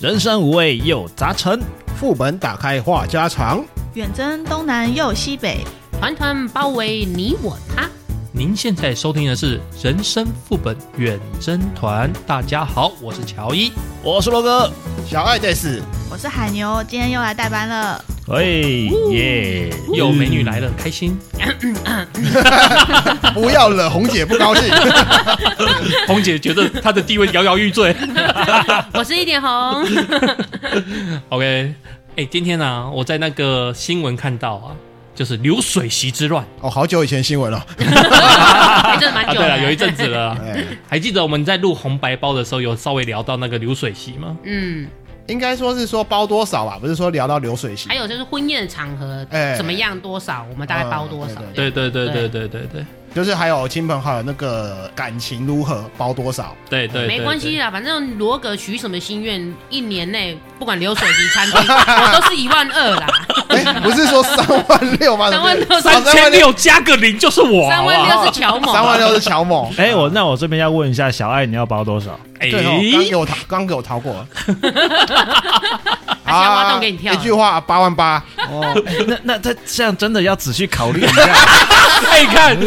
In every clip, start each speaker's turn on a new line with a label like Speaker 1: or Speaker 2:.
Speaker 1: 人生无味又杂陈，
Speaker 2: 副本打开话家常，
Speaker 3: 远征东南又西北，
Speaker 4: 团团包围你我 他。
Speaker 5: 您现在收听的是《人生副本远征团》，大家好，我是乔伊。
Speaker 1: 我是罗哥，
Speaker 2: 小爱在是
Speaker 3: 我是海牛，今天又来代班了。
Speaker 1: 喂耶，
Speaker 5: 有美女来了，开心。
Speaker 2: 不要惹红姐不 高兴。
Speaker 5: 红姐觉得她的地位摇摇欲坠。
Speaker 4: 我是一 点红，
Speaker 5: OK，哎、今天呢、啊我在那个新闻看到啊，就是流水席之乱
Speaker 2: 哦，好久以前新闻了，
Speaker 4: 哎真的蛮
Speaker 5: 啊，
Speaker 4: 久的、
Speaker 5: 对了，有一阵子了啊。
Speaker 2: 哎，
Speaker 5: 还记得我们在录红白包的时候，有稍微聊到那个流水席吗？
Speaker 4: 嗯，
Speaker 2: 应该说是说包多少吧，啊不是说聊到流水席
Speaker 4: 还。有就是婚宴的场合
Speaker 2: 哎
Speaker 4: 怎么样多少，我们大概包多少？
Speaker 2: 嗯
Speaker 5: 对对对对对对对
Speaker 2: 就是还有亲朋好友那个感情如何，包多 少？
Speaker 5: 对对，
Speaker 4: 没关系
Speaker 5: 啊。
Speaker 4: 啦，反正罗格许什么心愿，一年内不管流水席、餐 厅，我都是一万二啦，
Speaker 2: 哎、不是说三万六吗？
Speaker 4: 三万六
Speaker 2: 三
Speaker 5: 三千六加个零就是我，
Speaker 4: 三
Speaker 5: 好
Speaker 4: 万
Speaker 5: 不好
Speaker 4: 六是乔某，
Speaker 2: 三万六是乔某。
Speaker 1: 哎、我那我这边要问一下小爱，你要包多少？
Speaker 5: 哎、
Speaker 2: 对哦，刚给我逃，刚给我逃 过。
Speaker 4: 还是要挖洞给你跳
Speaker 2: 一句话八万八，
Speaker 1: 哦， 那那这这样真的要仔细考虑一下。
Speaker 5: 哎、看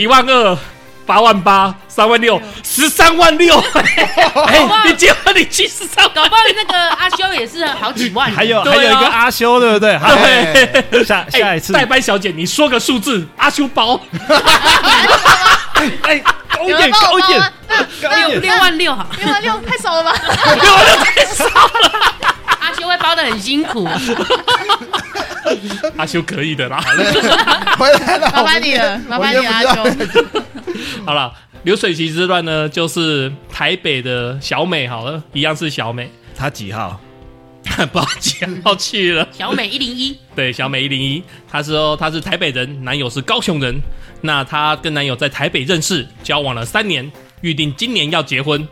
Speaker 5: 一万二，八万八，三万六，十三 万六。哎、你结婚你去十三
Speaker 4: 搞
Speaker 5: 万，
Speaker 4: 不好那个阿修也是好几 万，
Speaker 1: 还有、
Speaker 5: 对啊
Speaker 1: 还有一个阿修，对不对？好
Speaker 2: 对，
Speaker 1: 下
Speaker 5: 哎
Speaker 1: 下一次、
Speaker 5: 代班小姐，你说个数字，阿修 包。哎、高一
Speaker 3: 有
Speaker 5: 点，
Speaker 3: 人帮
Speaker 5: 高
Speaker 3: 我
Speaker 5: 一点，啊哎
Speaker 1: 高一
Speaker 4: 哦六
Speaker 1: 点
Speaker 4: 六万六好，
Speaker 3: 六万六太少了 吧？
Speaker 5: 六万六太少了。
Speaker 4: 阿修会包的很辛苦，
Speaker 5: 阿修可以的啦。
Speaker 2: 回来 了，
Speaker 3: 麻烦你了，麻烦你了，阿
Speaker 2: 我
Speaker 3: 兄
Speaker 2: 今。天不知道
Speaker 5: 好了，流水席之乱呢，就是台北的小美，好了，一样是小美，
Speaker 1: 他几号？
Speaker 5: 抱歉，要去了。
Speaker 4: 小美一零一，
Speaker 5: 对，小美一零一，她说她是台北人，男友是高雄人。那她跟男友在台北认识，交往了三年，预定今年要结婚。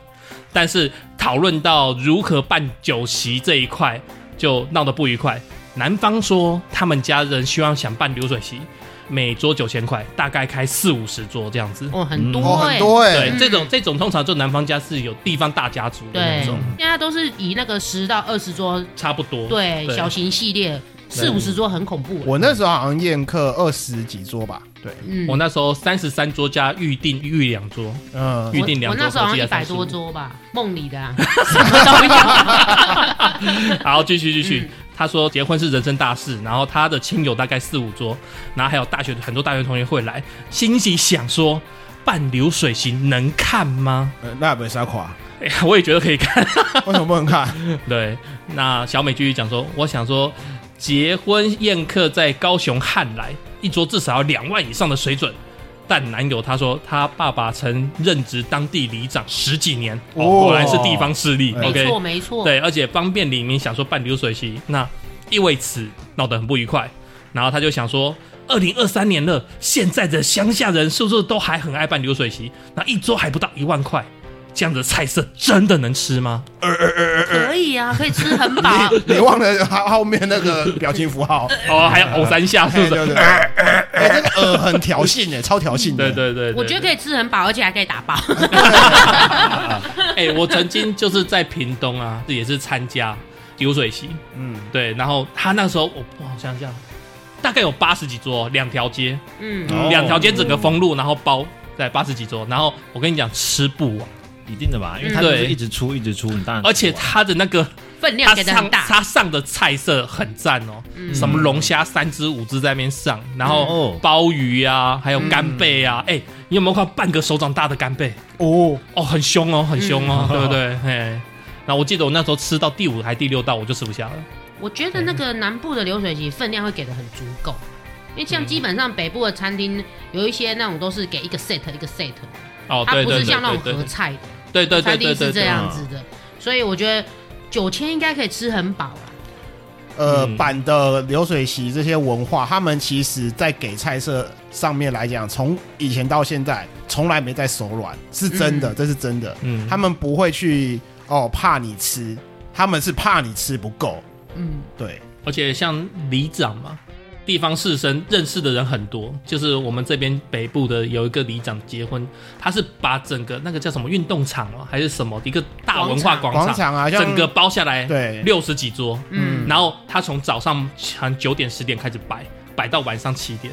Speaker 5: 但是讨论到如何办酒席这一块，就闹得不愉快。男方说他们家人希望想办流水席，每桌九千块，大概开四五十桌这样子。
Speaker 4: 哦，很
Speaker 2: 哦，
Speaker 4: 多哎、
Speaker 2: 很多哎、
Speaker 5: 对，
Speaker 4: 嗯
Speaker 5: 这种这种通常就男方家是有地方大家族的
Speaker 4: 对
Speaker 5: 那种，，
Speaker 4: 现在都是以那个十到二十桌，
Speaker 5: 差不多。
Speaker 4: 对，小型系列四五十桌很恐怖。
Speaker 2: 我那时候好像宴客二十几桌吧，对，
Speaker 4: 嗯
Speaker 5: 我那时候三十三桌加预定预两桌，
Speaker 2: 嗯，
Speaker 5: 预定两
Speaker 4: 我
Speaker 5: 桌
Speaker 4: 那时候好
Speaker 5: 合
Speaker 4: 像
Speaker 5: 计
Speaker 4: 一
Speaker 5: 才
Speaker 4: 百
Speaker 5: 35
Speaker 4: 多桌 吧，梦里的、啊，什么都有。
Speaker 5: 好，继续继续
Speaker 4: 嗯。
Speaker 5: 他说结婚是人生大事，然后他的亲友大概四五桌，然后还有大学很多大学同学会来，心里想说办流水席能看吗？
Speaker 2: 呃那也不会杀垮，
Speaker 5: 哎呀，我也觉得可以看。
Speaker 2: 为什么不能 看？
Speaker 5: 对，那小美继续讲说，我想说结婚宴客在高雄汉来一桌至少要两万以上的水准。但男友他说，他爸爸曾任职当地里长十几年，哦，哎
Speaker 2: 哦
Speaker 5: 果然是地方势力。
Speaker 4: 没
Speaker 5: OK，呃
Speaker 4: 错没错，
Speaker 5: 对，而且方便李明想说办流水席，那因为此闹得很不愉快，然后他就想说，二零二三年了，现在的乡下人是不是都还很爱办流水席？那一桌还不到一万块，这样的菜色真的能吃吗？呃
Speaker 4: 可以啊，可以吃很饱。
Speaker 2: 你忘了后后面那个表情符号？
Speaker 5: 哦，还要呕三下，是
Speaker 2: 哎
Speaker 5: 不
Speaker 2: 对
Speaker 5: 是？呃
Speaker 2: 对，哎，这个呃很挑衅哎，超挑衅的，
Speaker 5: 对对对，
Speaker 4: 我觉得可
Speaker 5: 以。
Speaker 4: 以吃很饱，而且还可以打包。
Speaker 5: 哎，我曾经就是在屏东啊，也是参加流水席，
Speaker 2: 嗯，
Speaker 5: 对，然后他那时候我我想想，大概有八十几桌，两条街，
Speaker 4: 嗯，
Speaker 1: 哦
Speaker 5: 两条街整个封路，然后包在八十几桌，然后我跟你讲吃不完，
Speaker 1: 一定的吧，因为
Speaker 4: 嗯
Speaker 1: 他就是
Speaker 5: 对
Speaker 1: 一直出，一直出，啊你当然吃不完。
Speaker 5: 而且他的那个
Speaker 4: 分量
Speaker 5: 他
Speaker 4: 给的很
Speaker 5: 上
Speaker 4: 大。
Speaker 5: 他上的菜色很赞哦，
Speaker 4: 嗯
Speaker 5: 什么龙虾三只五只在那边上，然后
Speaker 1: 嗯
Speaker 5: 鲍鱼啊，还有干贝啊，
Speaker 4: 嗯
Speaker 5: 哎，你有没有看半个手掌大的干贝？
Speaker 2: 哦，
Speaker 5: 哦，很凶哦，很凶
Speaker 4: 嗯
Speaker 5: 哦，对不对？嘿，然后我记得我那时候吃到第五还第六道我就吃不下了，
Speaker 4: 我觉得那个南部的流水席分量会给的很足够，因为像基本上北部的餐厅有一些那种都是给一个 set 一个 set，
Speaker 5: 哦，
Speaker 4: 它
Speaker 5: 对
Speaker 4: 不
Speaker 5: 对
Speaker 4: 是
Speaker 5: 对
Speaker 4: 像那种
Speaker 5: 对
Speaker 4: 合菜的。
Speaker 5: 对对对
Speaker 4: 餐
Speaker 5: 对
Speaker 4: 厅
Speaker 5: 对
Speaker 4: 是这
Speaker 5: 对，
Speaker 4: 样子的，所以我觉得九千应该可以吃很饱啊了。
Speaker 2: 呃
Speaker 5: 嗯
Speaker 2: 版的流水席这些文化，他们其实在给菜色上面来讲，从以前到现在从来没在手软，是真的，
Speaker 4: 嗯
Speaker 2: 这是真的，
Speaker 5: 嗯
Speaker 2: 他们不会去哦怕你吃，他们是怕你吃不够，
Speaker 4: 嗯，
Speaker 2: 对，
Speaker 5: 而且像里长嘛，地方士绅认识的人很多，就是我们这边北部的有一个里长结婚，他是把整个那个叫什么运动场哦，还是什么一个大文化广
Speaker 2: 广
Speaker 5: 场，
Speaker 2: 场啊，像
Speaker 5: 整个包下来，
Speaker 2: 对
Speaker 5: 六十几桌，
Speaker 4: 嗯，
Speaker 5: 然后他从早上好像九点十点开始摆，摆到晚上七点，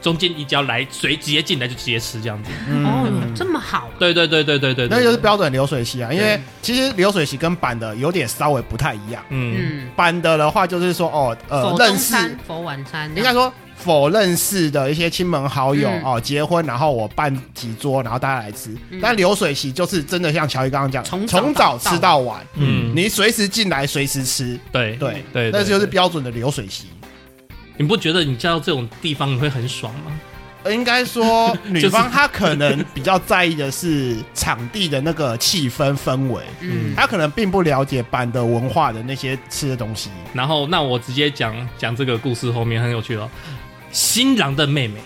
Speaker 5: 中间你只要来谁直接进来就直接吃这样子。
Speaker 4: 哦哟，这么好，
Speaker 5: 对对对对对对对，
Speaker 2: 那就是
Speaker 5: 对
Speaker 2: 标准流水席啊，因为
Speaker 5: 对
Speaker 2: 其实流水席跟板的有点稍微不太一样。
Speaker 5: 嗯
Speaker 4: 嗯，
Speaker 2: 板的的话就是说哦，呃
Speaker 4: 否，
Speaker 2: 认
Speaker 4: 中
Speaker 2: 识
Speaker 4: 餐，否晚餐，
Speaker 2: 应该说否认识的一些亲朋好友、
Speaker 4: 嗯
Speaker 2: 哦，结婚然后我办几桌，然后大家来吃。
Speaker 4: 嗯
Speaker 2: 但流水席就是真的像乔伊刚刚讲，
Speaker 4: 从
Speaker 2: 从
Speaker 4: 早
Speaker 2: 早吃到晚，
Speaker 5: 嗯，
Speaker 2: 你随时进来随时吃，
Speaker 5: 对
Speaker 2: 对嗯
Speaker 5: 对，
Speaker 2: 那
Speaker 5: 对
Speaker 2: 就是
Speaker 5: 对
Speaker 2: 标准的流水席。
Speaker 5: 你不觉得你嫁到这种地方你会很爽吗？
Speaker 2: 呃应该说，
Speaker 5: 就
Speaker 2: 女
Speaker 5: 是
Speaker 2: 方她可能比较在意的是场地的那个气氛氛围，
Speaker 4: 嗯，
Speaker 2: 她可能并不了解板的文化的那些吃的东西。
Speaker 5: 然后，那我直接讲讲这个故事，后面很有趣哦。新郎的妹妹，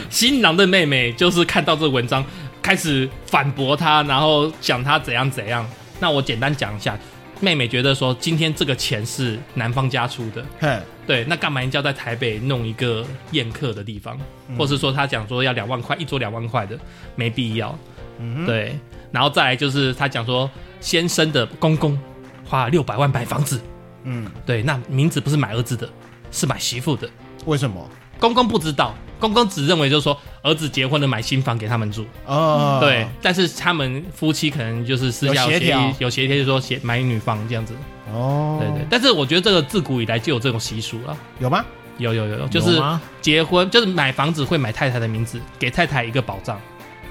Speaker 5: 新郎的妹妹就是看到这文章，开始反驳他，然后讲他怎样怎样。那我简单讲一下，妹妹觉得说，今天这个钱是男方家出的，
Speaker 2: 哼，
Speaker 5: 对，那干嘛一定要在台北弄一个宴客的地方，或是说他讲说要两万块一桌两万块的，没必要。对，然后再来就是他讲说先生的公公花六百万买房子，
Speaker 2: 嗯，
Speaker 5: 对，那名字不是买儿子的，是买媳妇的。
Speaker 2: 为什么？
Speaker 5: 公公不知道，公公只认为就是说儿子结婚了买新房给他们住，
Speaker 1: 啊
Speaker 2: 呃，
Speaker 5: 对，，但是他们夫妻可能就是私下
Speaker 2: 有
Speaker 5: 有
Speaker 2: 协
Speaker 5: 协议
Speaker 2: 调，
Speaker 5: 有协调就说协买女方这样子，
Speaker 2: 哦，
Speaker 5: 对对。但是我觉得这个自古以来就有这种习俗了。
Speaker 2: 有吗？
Speaker 5: 有有有有，就是
Speaker 1: 有吗
Speaker 5: 结婚就是买房子会买太太的名字，给太太一个保障。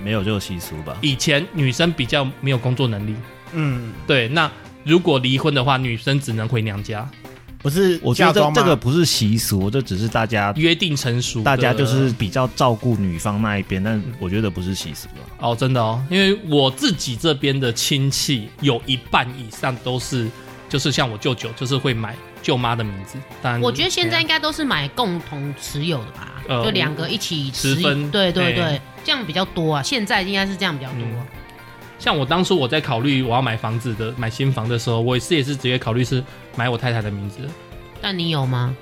Speaker 1: 没有这个习俗吧？
Speaker 5: 以前女生比较没有工作能力，
Speaker 2: 嗯，
Speaker 5: 对，那如果离婚的话，女生只能回娘家，
Speaker 2: 不是
Speaker 1: 我觉
Speaker 2: 嫁
Speaker 1: 得
Speaker 2: 妆吗，
Speaker 1: 这个不是习俗，这只是大家
Speaker 5: 约定成熟的，
Speaker 1: 大家就是比较照顾女方那一边，但
Speaker 4: 嗯
Speaker 1: 我觉得不是习俗啊。
Speaker 5: 哦，真的哦，因为我自己这边的亲戚有一半以上都是，就是像我舅舅，就是会买舅妈的名字。哎当然，
Speaker 4: 嗯我觉得现在应
Speaker 5: 对
Speaker 4: 该都是买共同持有的吧，
Speaker 5: 呃
Speaker 4: 就两个一起持
Speaker 5: 十分
Speaker 4: 对对
Speaker 5: 哎
Speaker 4: 对，这样比较多啊，现在应该是这样比较多啊，
Speaker 5: 像我当初我在考虑我要买房子的买新房的时候，我也是也是直接考虑是买我太太的名字。
Speaker 4: 但你有吗？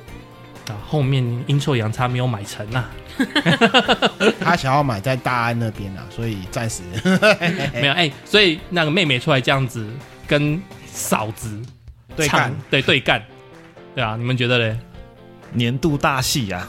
Speaker 5: 啊，后面阴错阳差没有买成啊，
Speaker 2: 他想要买在大安那边啊，所以 暂时
Speaker 5: 没有哎、所以那个妹妹出来这样子跟嫂子
Speaker 2: 对
Speaker 5: 唱
Speaker 2: 干。
Speaker 5: 对对干，对啊，你们觉得嘞？
Speaker 1: 年度大戏啊，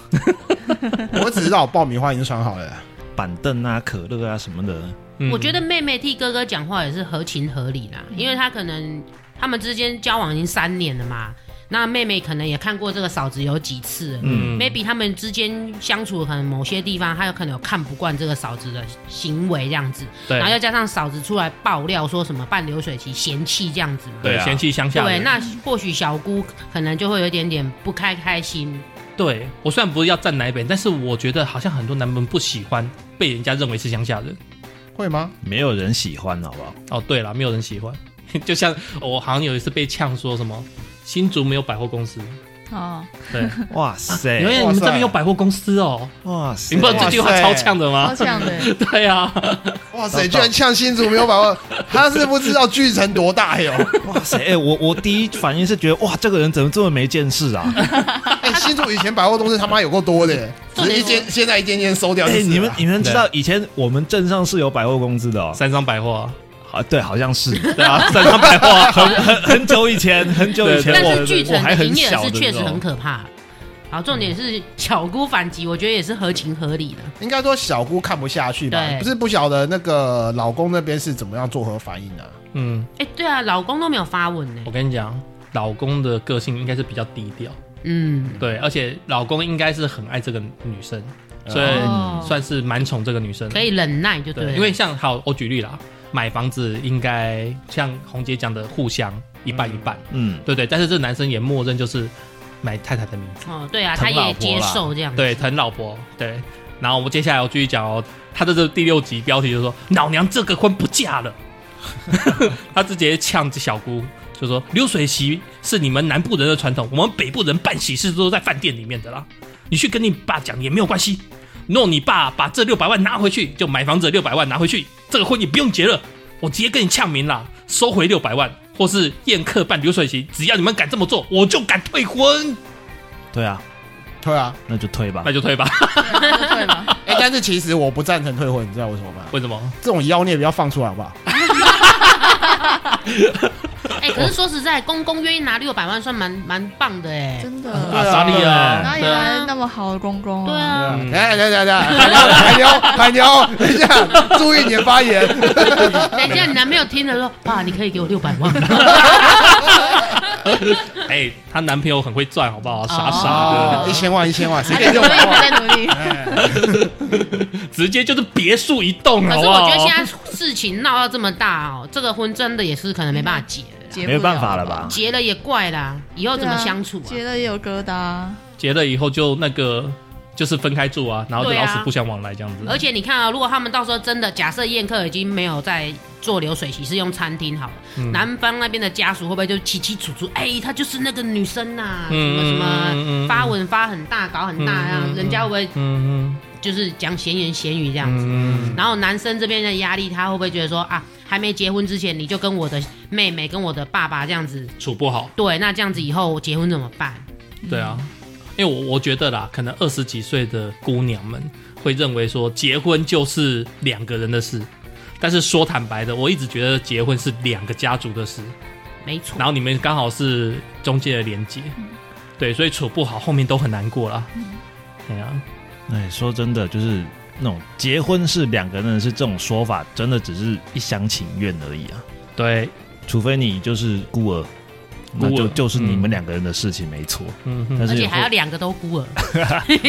Speaker 2: 我只知道我爆米花已经算好了，
Speaker 1: 板凳啊、可乐啊什么的，
Speaker 5: 嗯
Speaker 4: 我觉得妹妹替哥哥讲话也是合情合理啦，
Speaker 1: 嗯
Speaker 4: 因为他可能他们之间交往已经三年了嘛，那妹妹可能也看过这个嫂子有几次了。
Speaker 5: 嗯
Speaker 4: maybe 他们之间相处可能某些地方，他有可能有看不惯这个嫂子的行为这样子，
Speaker 5: 对
Speaker 4: 然后又加上嫂子出来爆料说什么办流水席嫌弃这样子嘛，
Speaker 5: 对
Speaker 1: 对啊
Speaker 5: 嫌弃乡下
Speaker 4: 对，
Speaker 5: 人，
Speaker 4: 那或许小姑可能就会有一点点不开开心，
Speaker 5: 对我虽然不是要站哪一边，但是我觉得好像很多男人不喜欢被人家认为是乡下人。
Speaker 2: 会吗？
Speaker 1: 没有人喜欢，好 不好？
Speaker 5: 哦，对了，没有人喜欢， 就像我好像有一次被呛说什么新竹没有百货公司，
Speaker 3: 哦，
Speaker 5: 对，
Speaker 1: 哇塞，
Speaker 5: 因为你
Speaker 2: 哇
Speaker 5: 们
Speaker 2: 塞
Speaker 5: 这边有百货公司哦，
Speaker 1: 哇塞，
Speaker 5: 你不知道这句话
Speaker 2: 哇塞
Speaker 5: 超呛的
Speaker 3: 超
Speaker 5: 吗？
Speaker 3: 像的，
Speaker 5: 对啊，
Speaker 2: 哇塞，居然呛新竹没有把握，他是不知道巨城多大哟。
Speaker 1: 哇 塞，哎、我我第一反应是觉得哇，这个人怎么这么没见识 啊？
Speaker 2: 哎，新竹以前百货公司他妈有够多的，只是一间现在一间间收掉
Speaker 1: 哎、
Speaker 2: 就是了。
Speaker 1: 你们你们知道以前我们镇上是有百货公司的哦，
Speaker 5: 三商百货啊，
Speaker 1: 啊，对，好像 是
Speaker 5: 对啊，三商百货啊，
Speaker 1: 很很很久以前，很久以前
Speaker 5: 对
Speaker 4: 但
Speaker 1: 我
Speaker 4: 是巨城
Speaker 1: 我还
Speaker 4: 的
Speaker 1: 很
Speaker 4: 营业
Speaker 1: 小
Speaker 4: 额
Speaker 1: 的
Speaker 4: 是确
Speaker 1: 时候，
Speaker 4: 实很可怕。好，重点是小姑反击，我觉得也是合情合理的。
Speaker 2: 应该说小姑看不下去吧
Speaker 4: 对？
Speaker 2: 不是不晓得那个老公那边是怎么样做何反应的。啊
Speaker 5: 嗯，
Speaker 4: 哎、对啊，老公都没有发文呢、
Speaker 5: 我跟你讲，老公的个性应该是比较低调，
Speaker 4: 嗯，
Speaker 5: 对，而且老公应该是很爱这个女生，所以
Speaker 3: 哦
Speaker 5: 哎算是蛮宠这个女生的，
Speaker 4: 可以忍耐就对了。
Speaker 5: 对，因为像好，我举例啦，买房子应该像红姐讲的，互相一半一半，
Speaker 1: 嗯，
Speaker 5: 对对。但是这男生也默认就是买太太的名字，
Speaker 4: 哦，对啊，
Speaker 1: 疼
Speaker 4: 他
Speaker 1: 老
Speaker 4: 也
Speaker 1: 婆
Speaker 4: 接
Speaker 1: 啦
Speaker 4: 受这样子。
Speaker 5: 对，疼老婆，对。然后我们接下来我继续讲哦，他的这第六集标题就是说老娘这个婚不嫁了， 他直接呛小姑。就说流水席是你们南部人的传统，我们北部人办喜事都在饭店里面的啦。你去跟你爸讲也没有关系，弄你爸把这六百万拿回去，就买房子六百万拿回去，这个婚也不用结了，我直接跟你呛明啦，收回六百万，或是宴客办流水席，只要你们敢这么做，我就敢退婚。
Speaker 1: 对啊，
Speaker 2: 对啊，
Speaker 1: 那就退吧
Speaker 5: 那。就退吧。
Speaker 3: 啊对吗？
Speaker 1: 呃
Speaker 2: 哎、但是其实我不赞成退婚，你知道为什么吗？
Speaker 5: 为什么？
Speaker 2: 这种妖孽不要放出来好不好？
Speaker 4: 哎、可是说实在，公公愿意拿六百万算蛮蛮棒的哎、
Speaker 3: 真
Speaker 2: 对啊
Speaker 3: 的，
Speaker 1: 莎莉
Speaker 3: 哪
Speaker 1: 啊，
Speaker 3: 里
Speaker 5: 对啊
Speaker 3: 来那么好的公公
Speaker 4: 对
Speaker 3: 啊？
Speaker 4: 啊，
Speaker 5: 嗯
Speaker 2: 等一下等一下等一 下，海牛海牛，等一下，注意你的发 言。
Speaker 4: 等一下你男朋友听了说，爸，你可以给我六百万吗？
Speaker 5: 哎，她男朋友很会赚，好不好？傻傻
Speaker 2: 哦， 一
Speaker 5: 的，
Speaker 2: 千万一千万，谁
Speaker 3: 还
Speaker 2: 给
Speaker 3: 在
Speaker 2: 六
Speaker 3: 努
Speaker 2: 百
Speaker 3: 力，
Speaker 2: 万？
Speaker 3: 还在努力。
Speaker 2: 哎
Speaker 5: 直接就是别墅一栋，
Speaker 4: 可
Speaker 5: 好
Speaker 4: 是
Speaker 5: 不
Speaker 4: 我觉得
Speaker 5: 好？
Speaker 4: 现在事情闹到这么大哦，这个婚真的也是可能没办法结了啦，
Speaker 3: 结不
Speaker 1: 没办法
Speaker 3: 了
Speaker 1: 了吧？
Speaker 4: 结了也怪啦，以后
Speaker 3: 对啊
Speaker 4: 怎么相处啊？
Speaker 3: 结了也有疙瘩，
Speaker 5: 结了以后就那个就是分开住啊，然后就
Speaker 4: 对啊
Speaker 5: 老死不相往来这样子。
Speaker 4: 而且你看啊，如果他们到时候真的假设宴客已经没有在做流水席，是用餐厅好了，
Speaker 5: 嗯
Speaker 4: 男方那边的家属会不会就起起楚楚？哎、她就是那个女生呐、什么什么。
Speaker 5: 嗯
Speaker 4: 发文发很大，搞很大，然后人家会不会
Speaker 5: 嗯
Speaker 4: 就是讲闲言闲语这样子？
Speaker 5: 嗯
Speaker 4: 然后男生这边的压力，他会不会觉得说啊，还没结婚之前你就跟我的妹妹、跟我的爸爸这样子？
Speaker 5: 嗯，处不好，
Speaker 4: 对，那这样子以后我结婚怎么办？
Speaker 5: 对啊，因为我我觉得啦，可能二十几岁的姑娘们会认为说结婚就是两个人的事，但是说坦白的，我一直觉得结婚是两个家族的事，
Speaker 4: 没错
Speaker 5: 然，后你们刚好是中间的连接，对，所以处不好后面都很难过啦。对啊，
Speaker 1: 哎，说真的，就是那种结婚是两个人的事这种说法，真的只是一厢情愿而已啊。
Speaker 5: 对，
Speaker 1: 除非你就是孤儿，
Speaker 5: 孤儿
Speaker 1: 那就就是你们
Speaker 5: 嗯
Speaker 1: 两个人的事情，没错。
Speaker 5: 嗯哼
Speaker 1: 但
Speaker 4: 而
Speaker 1: 是
Speaker 4: 且
Speaker 1: 也
Speaker 4: 还要
Speaker 1: 会
Speaker 4: 两个都 孤儿，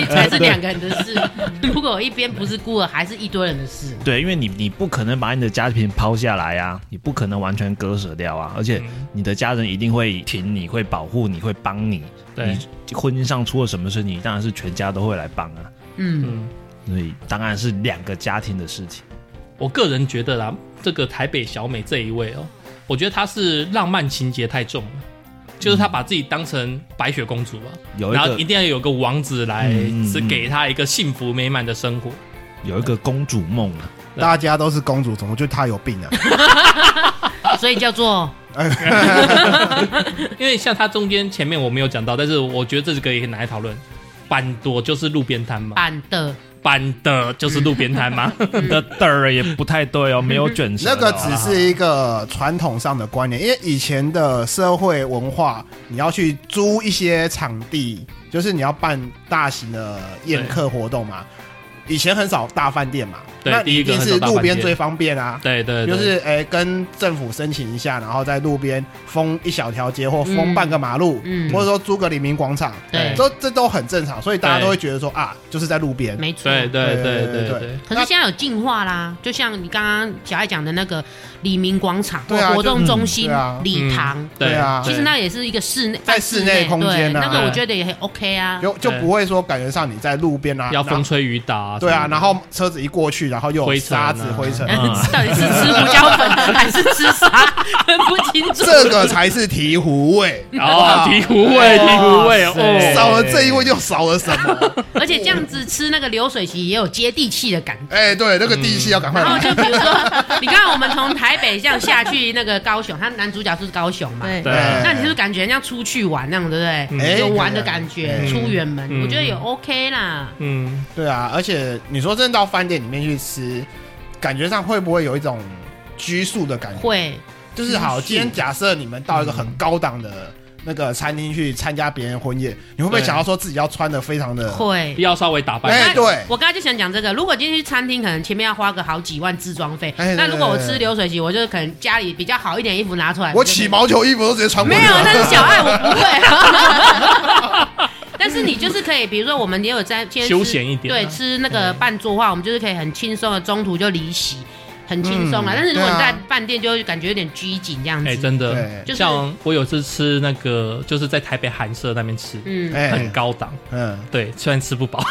Speaker 4: 才是两个人的事。如果一边不是孤儿，还是一堆人的事。
Speaker 1: 对，因为你你不可能把你的家庭抛下来啊，你不可能完全割舍掉啊，而且
Speaker 5: 嗯
Speaker 1: 你的家人一定会挺你，会保护你，会帮你。
Speaker 5: 对，
Speaker 1: 你婚姻上出了什么事，你当然是全家都会来帮啊。
Speaker 4: 嗯，
Speaker 5: 嗯。
Speaker 1: 所以当然是两个家庭的事情。
Speaker 5: 我个人觉得啦，这个台北小美这一位哦，我觉得她是浪漫情节太重了，就是她把自己当成白雪公主啊，
Speaker 1: 有一
Speaker 5: 然后
Speaker 1: 个
Speaker 5: 一定要有个王子来
Speaker 1: 嗯嗯嗯
Speaker 5: 是给她一个幸福美满的生活。
Speaker 1: 有一个公主梦啊，
Speaker 2: 大家都是公主，怎么就她有病啊？
Speaker 4: 所以叫做
Speaker 5: 因为像她中间前面我没有讲到，但是我觉得这是可以拿来讨论。板多就是路边摊嘛，
Speaker 4: 板的
Speaker 5: 板的就是路边摊 嘛，
Speaker 1: 你 的嘚儿也不太对哦，没有卷舌
Speaker 2: 那
Speaker 1: 的哦。
Speaker 2: 个只是一个传统上的观念，因为以前的社会文化，你要去租一些场地，就是你要办大型的宴客活动嘛。以前很少大饭店嘛，
Speaker 5: 对
Speaker 2: 那你
Speaker 5: 第一个
Speaker 2: 定
Speaker 5: 很
Speaker 2: 是
Speaker 5: 少大
Speaker 2: 路
Speaker 5: 饭店
Speaker 2: 边最方便啊。
Speaker 5: 对对对，
Speaker 2: 就是哎、跟政府申请一下，然后在路边封一小条街或封半个马路，
Speaker 4: 嗯
Speaker 2: 或者说租个黎明广场，
Speaker 4: 对，
Speaker 2: 都这都很正常，所以大家
Speaker 5: 对
Speaker 2: 都会觉得说啊，就是在路边。
Speaker 4: 没错。
Speaker 5: 对对
Speaker 2: 对
Speaker 5: 对
Speaker 2: 对
Speaker 5: 对
Speaker 2: 对
Speaker 5: 对，
Speaker 4: 可是现在有进化啦，就像你刚刚小爱讲的那个黎明广场、
Speaker 2: 对啊
Speaker 4: 活动中
Speaker 2: 就
Speaker 4: 心
Speaker 2: 对啊、
Speaker 4: 礼堂
Speaker 5: 嗯，对
Speaker 2: 对啊
Speaker 4: 其实那也是一个室内，
Speaker 2: 在室内空间啊
Speaker 4: 对那个我觉得也很 OK 啊。
Speaker 2: 就就不会说感觉上你在路边啊，
Speaker 5: 要
Speaker 2: 然后
Speaker 5: 风吹雨打啊，
Speaker 2: 对啊，
Speaker 5: 什么的
Speaker 2: 然后车子一过去，然后又
Speaker 5: 灰
Speaker 2: 有
Speaker 5: 尘啊
Speaker 2: 沙子、灰尘，
Speaker 1: 嗯
Speaker 4: 到底是吃胡椒粉还是吃啥？分不清楚。
Speaker 2: 这个才是醍醐 味。
Speaker 1: 啊
Speaker 5: 哦，醍醐味，醍醐味
Speaker 1: 哇塞
Speaker 5: 哦，
Speaker 2: 少了这一味就少了什 么？
Speaker 4: 而且这样子吃那个流水席也有接地气的感觉。
Speaker 2: 哎，对，那个地气要赶快
Speaker 5: 嗯
Speaker 4: 然后
Speaker 2: 来。
Speaker 4: 哦
Speaker 2: 哎
Speaker 4: 就比如说，你看我们从台北这样下去那个高雄，他男主角是高雄嘛？
Speaker 3: 对，
Speaker 5: 对啊
Speaker 4: 那你是不是感觉像出去玩那样，对不
Speaker 2: 哎
Speaker 4: 对？有玩的感觉，
Speaker 5: 嗯
Speaker 4: 出远门，
Speaker 5: 嗯
Speaker 4: 我觉得也 OK 啦。
Speaker 5: 嗯。
Speaker 2: 对啊，而且你说真的到饭店里面去吃，感觉上会不会有一种拘束的感觉？
Speaker 4: 会，
Speaker 2: 就是好，
Speaker 4: 拘束
Speaker 2: 今天假设你们到一个很高档的那个餐厅去参加别人婚宴，你会不会
Speaker 5: 对
Speaker 2: 想要说自己要穿的非常的？
Speaker 4: 会。
Speaker 5: 要稍微打扮。
Speaker 2: 哎，对，
Speaker 4: 我刚才就想讲这个，如果今天去餐厅，可能前面要花个好几万自装费。
Speaker 2: 哎对
Speaker 4: 那如果我
Speaker 2: 对
Speaker 4: 吃
Speaker 2: 对
Speaker 4: 流水席，我就可能家里比较好一点衣服拿出来。
Speaker 2: 我
Speaker 4: 就
Speaker 2: 起毛球衣服都直接穿过
Speaker 4: 没
Speaker 2: 去
Speaker 4: 有，
Speaker 2: 了。
Speaker 4: 那是小爱，我不会。 但是你就是可以，比如说我们也有在先吃
Speaker 5: 休闲一点啊
Speaker 4: 对，吃那个半桌话，我们就是可以很轻松的中途就离席，很轻松啊。
Speaker 2: 嗯
Speaker 4: 但是如果你
Speaker 2: 对啊
Speaker 4: 在饭店，就会感觉有点拘谨这样
Speaker 5: 哎、
Speaker 4: 子。
Speaker 5: 真的，
Speaker 2: 对，
Speaker 4: 就是
Speaker 5: 像我有次吃那个，就是在台北韩舍那边吃，
Speaker 4: 嗯，
Speaker 5: 很
Speaker 2: 哎，
Speaker 5: 高档。
Speaker 2: 嗯，
Speaker 5: 对，虽然吃不饱，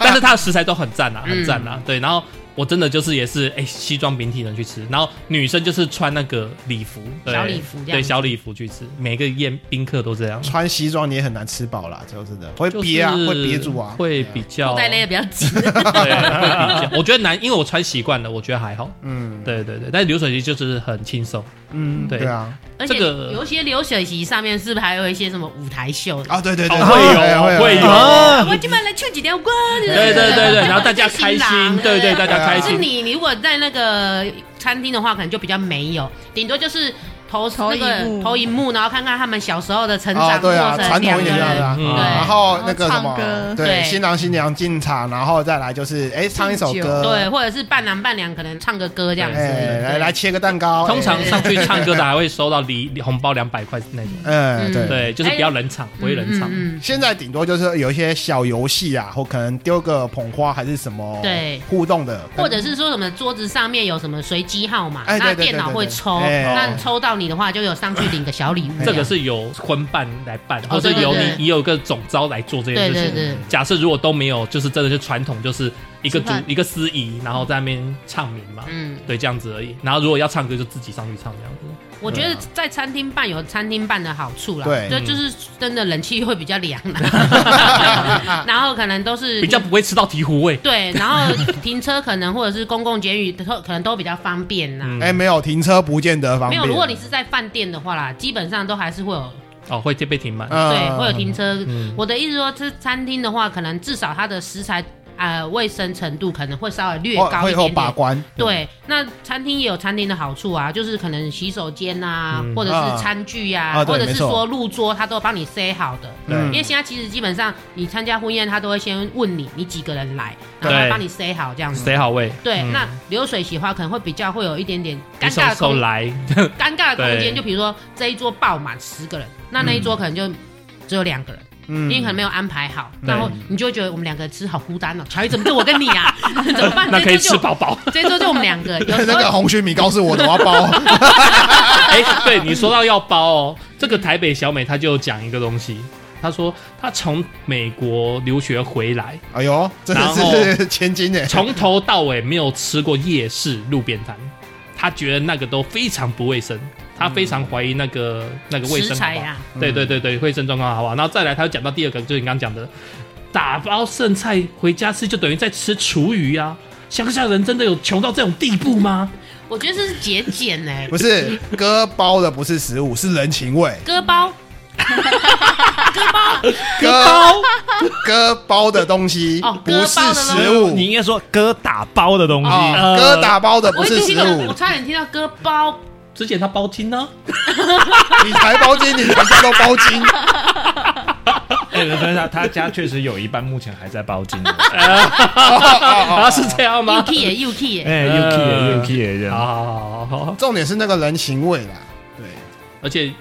Speaker 5: 但是它的食材都很赞啊，
Speaker 4: 嗯
Speaker 5: 很赞啊。对，然后我真的就是也是哎、西装笔挺的去吃，然后女生就是穿那个礼服，对
Speaker 4: 小礼服这样子
Speaker 5: 对小礼服去吃，每个宴宾客都这样，
Speaker 2: 穿西装你也很难吃饱啦，就真的会
Speaker 5: 就是
Speaker 2: 憋啊，会憋住啊，
Speaker 5: 会比较
Speaker 4: 口袋勒的比较 紧，
Speaker 5: 对，会 比较。我觉得难，因为我穿习惯了，我觉得还好。
Speaker 2: 嗯
Speaker 5: 对对对，但是流水席就是很轻松，
Speaker 2: 嗯，
Speaker 5: 对
Speaker 2: 对啊，
Speaker 4: 而且
Speaker 5: 这个
Speaker 4: 有一些流水席上面是不是还有一些什么舞台秀的？
Speaker 2: 啊对对对，
Speaker 5: 哦会有
Speaker 2: 对
Speaker 5: 会有
Speaker 1: 啊，
Speaker 4: 我今晚来唱几条歌，对
Speaker 5: 对对对 对，然后大家
Speaker 4: 新
Speaker 5: 开
Speaker 4: 郎
Speaker 5: 心，对对，大家开
Speaker 4: 啊是
Speaker 5: 心，
Speaker 4: 你你如果在那个餐厅的话，可能就比较没有，顶多就是投
Speaker 3: 投
Speaker 4: 那
Speaker 3: 影
Speaker 4: 个
Speaker 3: 幕
Speaker 4: 投影幕，然后看看他们小时候的成
Speaker 2: 啊，
Speaker 4: 长过
Speaker 2: 对啊，传
Speaker 4: 程，
Speaker 2: 统
Speaker 4: 两
Speaker 2: 一
Speaker 4: 个
Speaker 2: 点这样
Speaker 4: 人
Speaker 2: 子啊，
Speaker 5: 嗯
Speaker 2: 然
Speaker 4: 对。
Speaker 2: 后那个什
Speaker 3: 然后唱歌
Speaker 2: 么，对，
Speaker 4: 对
Speaker 2: 新郎新娘进场，然后再来就是，哎，唱一首
Speaker 3: 敬酒
Speaker 2: 歌，
Speaker 4: 对，或者是伴郎伴娘可能唱个歌这样子，
Speaker 2: 哎，来
Speaker 4: 对
Speaker 2: 来切个蛋糕，
Speaker 5: 通常
Speaker 2: 哎
Speaker 5: 上去唱歌的还会收到礼礼红包两百块那种，
Speaker 2: 嗯，
Speaker 4: 嗯
Speaker 2: 对。
Speaker 5: 对，就是不要冷场，不会冷场。
Speaker 4: 嗯嗯嗯
Speaker 2: 现在顶多就是有一些小游戏啊，或可能丢个捧花还是什么
Speaker 4: 对
Speaker 2: 互动的，
Speaker 4: 或者是说什么桌子上面有什么随机号码，
Speaker 2: 哎对对
Speaker 4: 那
Speaker 2: 对哎哦
Speaker 4: 电脑会抽，
Speaker 2: 对对对
Speaker 4: 那抽到你的话就有上去领个小礼物样。
Speaker 5: 这个是由婚办来办，或者
Speaker 4: 对对
Speaker 5: 由
Speaker 4: 对
Speaker 5: 你也有个总招来做这件
Speaker 4: 对
Speaker 5: 事
Speaker 4: 对
Speaker 5: 情。
Speaker 4: 对，
Speaker 5: 假设如果都没有，就是真的是传统，就是一个
Speaker 3: 吃
Speaker 5: 主
Speaker 3: 饭
Speaker 5: 一个司仪，然后在那边唱名嘛，
Speaker 4: 嗯，
Speaker 5: 对，这样子而已。然后如果要唱歌，就自己上去唱这样子。
Speaker 4: 我觉得在
Speaker 2: 啊
Speaker 4: 餐厅办有餐厅办的好处啦，
Speaker 2: 对
Speaker 4: 就就是真的冷气会比较凉啦，然后可能都是
Speaker 5: 比较不会吃到醍醐味。
Speaker 4: 对，然后停车可能或者是公共监狱可可能都比较方便啦。
Speaker 5: 嗯，
Speaker 2: 哎、没有停车不见得方
Speaker 4: 没
Speaker 2: 便。
Speaker 4: 有，如果你是在饭店的话啦，基本上都还是会有
Speaker 5: 哦，会被停满。
Speaker 2: 嗯
Speaker 4: 对，会有停车。
Speaker 5: 嗯
Speaker 4: 我的意思说，这餐厅的话，可能至少它的食材呃卫生程度可能会稍微略
Speaker 2: 会
Speaker 4: 高一
Speaker 2: 会有
Speaker 4: 点
Speaker 2: 把
Speaker 4: 点。
Speaker 2: 关，
Speaker 4: 对，那餐厅也有餐厅的好处啊，就是可能洗手间啊，
Speaker 5: 嗯
Speaker 4: 或者
Speaker 2: 啊
Speaker 4: 是餐具呀、
Speaker 2: 啊对
Speaker 4: 或者是
Speaker 2: 没错嗯
Speaker 4: 说入桌，它都帮你塞好的。
Speaker 2: 对
Speaker 4: 因为现在其实基本上你参加婚宴，他都会先问你你几个人来，然后
Speaker 5: 对
Speaker 4: 他帮你塞好这样子。
Speaker 5: 谁好位？
Speaker 4: 对，
Speaker 5: 嗯
Speaker 4: 那流水席的话可能会比较会有一点点尴
Speaker 5: 你什
Speaker 4: 尬
Speaker 5: 么
Speaker 4: 的
Speaker 5: 时候
Speaker 4: 空
Speaker 5: 来？
Speaker 4: 尴尬的空
Speaker 5: 对
Speaker 4: 间，就比如说这一桌爆满十个人，那那一桌可能就只有两个人，
Speaker 2: 嗯
Speaker 4: 因为可能没有安排好，
Speaker 5: 对
Speaker 4: 然后你就会觉得我们两个吃好孤单哦。乔伊怎么就我跟你 啊？怎么办？
Speaker 5: 那可
Speaker 4: 这
Speaker 5: 以
Speaker 4: 一桌
Speaker 5: 吃
Speaker 4: 就
Speaker 5: 饱饱。
Speaker 4: 这一桌就我们两个，有时
Speaker 2: 那个
Speaker 4: 候。
Speaker 2: 红曲米糕是我的，我要包。
Speaker 5: 哎、对你说到要包哦，这个台北小美她就有讲一个东西，她说她从美国留学回来，
Speaker 2: 哎呦，真的是千金哎！
Speaker 5: 从头到尾没有吃过夜市路边摊，她觉得那个都非常不卫生，她非常怀疑那个、那个卫
Speaker 4: 嗯食
Speaker 5: 生好
Speaker 4: 材
Speaker 5: 不好。
Speaker 4: 啊，
Speaker 5: 对对对对，卫生状况好不好？然后再来，她又讲到第二个，就是你刚刚讲的，打包剩菜回家吃，就等于在吃厨余啊。乡下人真的有穷到这种地步吗？
Speaker 4: 我觉得这是节俭 哎，
Speaker 2: 不是哥包的不是食物，是人情味。
Speaker 4: 割包
Speaker 2: 哥
Speaker 5: 包
Speaker 2: 哥包的东西
Speaker 4: 哦
Speaker 2: 不
Speaker 4: 割包
Speaker 2: 是
Speaker 4: 的
Speaker 2: 食
Speaker 4: 东
Speaker 2: 物
Speaker 1: 你应该说哥打包的东西，
Speaker 2: 啊，
Speaker 5: 呃
Speaker 2: 哥 打包的不
Speaker 4: 我已
Speaker 2: 是食
Speaker 4: 经听到，我
Speaker 2: 物。
Speaker 4: 差点听到割包，
Speaker 5: 之前她包金呢、
Speaker 2: 你才包金，你才叫做包金。
Speaker 1: 哎，但是他他家确实有一半目前还在包金的，
Speaker 5: 啊，是这样
Speaker 4: 又
Speaker 5: 吗？
Speaker 4: k 也又 k 也，
Speaker 1: 哎
Speaker 5: 呃
Speaker 1: ，UK 也 UK 也这
Speaker 5: 好
Speaker 1: 样，
Speaker 5: 好好好好好。
Speaker 2: 重点是那个人情味啦。对，
Speaker 5: 而且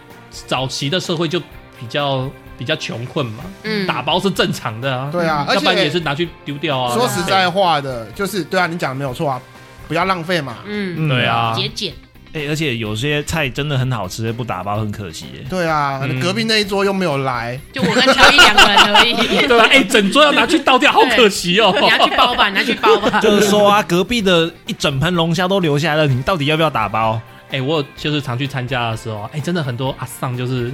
Speaker 5: 早期的社会就比较比较穷困嘛，
Speaker 4: 嗯
Speaker 5: 打包是正常的啊，
Speaker 2: 对啊而且
Speaker 5: 要不然也是拿去丢掉啊。
Speaker 2: 说实在话的，就是对啊，你讲的没有错啊，不要浪费嘛。
Speaker 4: 嗯，
Speaker 1: 嗯
Speaker 5: 对啊，
Speaker 4: 节俭，
Speaker 1: 哎，而且有些菜真的很好吃，不打包很可惜耶。
Speaker 2: 对啊
Speaker 5: 嗯，
Speaker 2: 隔壁那一桌又没有来，
Speaker 4: 就我跟乔伊两个人而已，
Speaker 5: 对吧？哎，整桌要拿去倒掉，好可惜哦。
Speaker 4: 你要去包吧，你要去包吧，
Speaker 1: 就是说啊，隔壁的一整盆龙虾都留下来了，你到底要不要打包？
Speaker 5: 哎， 我就是常去参加的时候啊，哎，真的很多阿丧就是，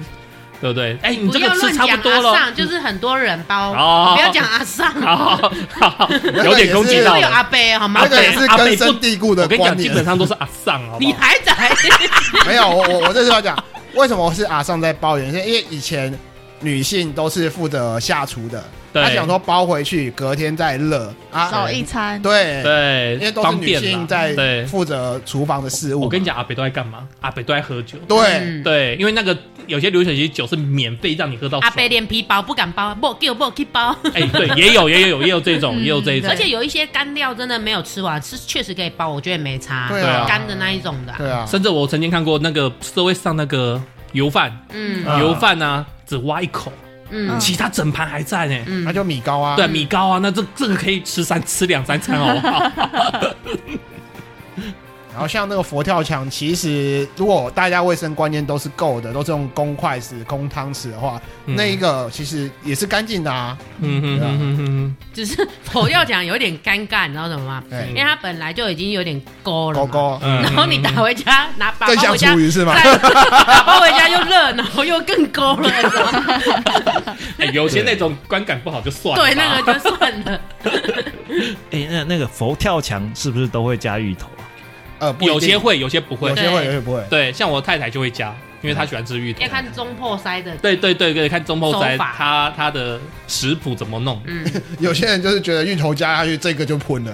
Speaker 5: 对不对？哎，你
Speaker 4: 不
Speaker 5: 这
Speaker 4: 要
Speaker 5: 个
Speaker 4: 乱
Speaker 5: 吃差
Speaker 4: 讲
Speaker 5: 不多
Speaker 4: 阿
Speaker 5: 了。
Speaker 4: 上就是很多人包，
Speaker 5: 哦
Speaker 4: 不要讲阿上，
Speaker 5: 好好好好，
Speaker 2: 个
Speaker 5: 有点攻击
Speaker 2: 也是
Speaker 5: 到
Speaker 4: 会有
Speaker 5: 了。
Speaker 4: 阿贝好吗
Speaker 5: 阿
Speaker 2: 那？
Speaker 5: 伯
Speaker 2: 个也是
Speaker 5: 阿伯
Speaker 2: 根
Speaker 5: 不
Speaker 2: 深蒂固的
Speaker 5: 我跟你
Speaker 2: 观啊
Speaker 5: 讲，基
Speaker 2: 念。
Speaker 5: 本上都是阿丧，好不
Speaker 4: 你
Speaker 5: 好？
Speaker 4: 还在，
Speaker 2: 没有，我我我这是要讲，为什么我是阿尚在包原因是因为以前女性都是负责下厨的，
Speaker 5: 对
Speaker 2: 她想说包回去，隔天再热啊
Speaker 3: 少，一餐，
Speaker 2: 对，因为
Speaker 5: 对，
Speaker 2: 都是
Speaker 5: 方
Speaker 2: 女
Speaker 5: 便啦
Speaker 2: 性在
Speaker 5: 对，
Speaker 2: 负责厨房的事务嘛。
Speaker 5: 我跟你讲，阿北都在干嘛？阿北都在喝酒。
Speaker 2: 对，
Speaker 4: 嗯，
Speaker 5: 对，因为那个有些流水席酒是免费让你喝到
Speaker 4: 阿
Speaker 5: 爽。
Speaker 4: 贝脸皮薄不敢包，不给我不去包，
Speaker 5: 哎、对，也有，也有，也有这种，
Speaker 3: 嗯
Speaker 5: 也有这种。
Speaker 4: 而且有一些干料真的没有吃完，是确实可以包，我觉得没差，
Speaker 2: 对
Speaker 5: 啊
Speaker 4: 干的那一种的啊，
Speaker 2: 对啊，
Speaker 5: 甚至我曾经看过那个社会上那个油饭，
Speaker 4: 嗯
Speaker 1: 啊
Speaker 5: 油饭啊，只挖一口，
Speaker 4: 嗯
Speaker 5: 其他整盘还在呢。
Speaker 4: 嗯
Speaker 2: 那就米糕啊，
Speaker 5: 对，米糕啊，那这这个可以吃三吃两三 餐好不好？
Speaker 2: 然后像那个佛跳墙，其实如果大家卫生观念都是够的，都是用公筷子、公汤匙的话，
Speaker 5: 嗯
Speaker 2: 那一个其实也是干净的啊。
Speaker 5: 嗯嗯嗯嗯嗯。
Speaker 4: 只是我要讲有点尴尬，你知道什么吗？
Speaker 2: 哎
Speaker 4: 因为他本来就已经有点勾
Speaker 2: 狗
Speaker 4: 了嘛，
Speaker 2: 狗
Speaker 5: 嗯
Speaker 4: 然后你打回家拿把
Speaker 2: 更
Speaker 4: 包
Speaker 2: 像
Speaker 4: 回家
Speaker 2: 厨，余是吗？
Speaker 4: 再 打包回家又热，然后又更勾了，你知道吗？
Speaker 5: 哎有些那种观感不好就算了吧。
Speaker 4: 对，那个就算了。
Speaker 1: 哎，那那个佛跳墙是不是都会加芋头啊？
Speaker 2: 呃，不一定
Speaker 5: 有些会，有些不会
Speaker 2: 有。些会，有些不会。
Speaker 5: 对，像我太太就会加，因为她喜欢吃芋头
Speaker 4: 要。看中破塞的，
Speaker 5: 对对对对，看中破斋
Speaker 4: 手法
Speaker 5: 她她的食谱怎么弄。
Speaker 4: 嗯，
Speaker 2: 有些人就是觉得芋头加下去，这个就喷了。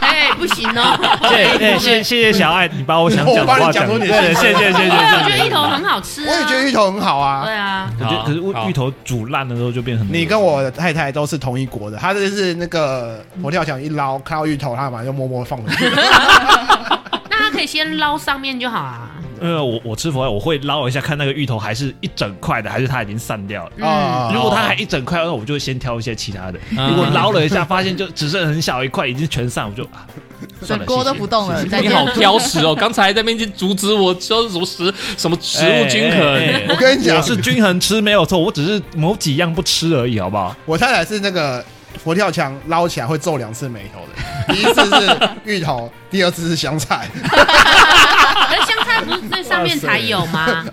Speaker 4: 哎，不行哦。
Speaker 5: 哎
Speaker 1: 对 对，哎谢谢谢小爱，你把我想讲的话
Speaker 2: 我帮你讲出你的
Speaker 1: 对，谢谢谢谢
Speaker 4: 因为我觉
Speaker 1: 谢
Speaker 4: 得芋
Speaker 1: 谢。
Speaker 4: 头很好吃
Speaker 2: 我
Speaker 4: 啊，
Speaker 2: 也觉得芋头很好啊
Speaker 4: 对。啊，
Speaker 1: 我觉得可是
Speaker 5: 好
Speaker 1: 芋芋头煮烂了之后就变成
Speaker 2: 你跟我的太太都是同一国的，她就是那个佛跳墙一捞，看到芋头，她马上就默默放回去。啊
Speaker 4: 那它可以先捞上面就好啊。
Speaker 1: 呃，我我吃佛跳，我会捞一下，看那个芋头还是一整块的，还是它已经散掉了。
Speaker 2: 啊
Speaker 1: 嗯如果它还一整块，那我就会先挑一些其他的。
Speaker 5: 嗯
Speaker 1: 如果捞了一下，发现就只剩很小一块，已经全散，我就啊，算
Speaker 3: 整
Speaker 1: 了，
Speaker 3: 锅都
Speaker 1: 谢谢
Speaker 3: 不动了，再
Speaker 5: 你
Speaker 3: 见。
Speaker 5: 好挑食哦！ 刚才在那边就阻止我说什么食什么食物均衡，欸
Speaker 1: 哎哎哎
Speaker 2: 我跟你讲
Speaker 1: 我是均衡吃没有错，我只是某几样不吃而已，好不好？
Speaker 2: 我太太是那个佛跳墙捞起来会皱两次眉头的，第一次是芋头，第二次是香菜，
Speaker 4: 可是香菜不是那上面才有吗？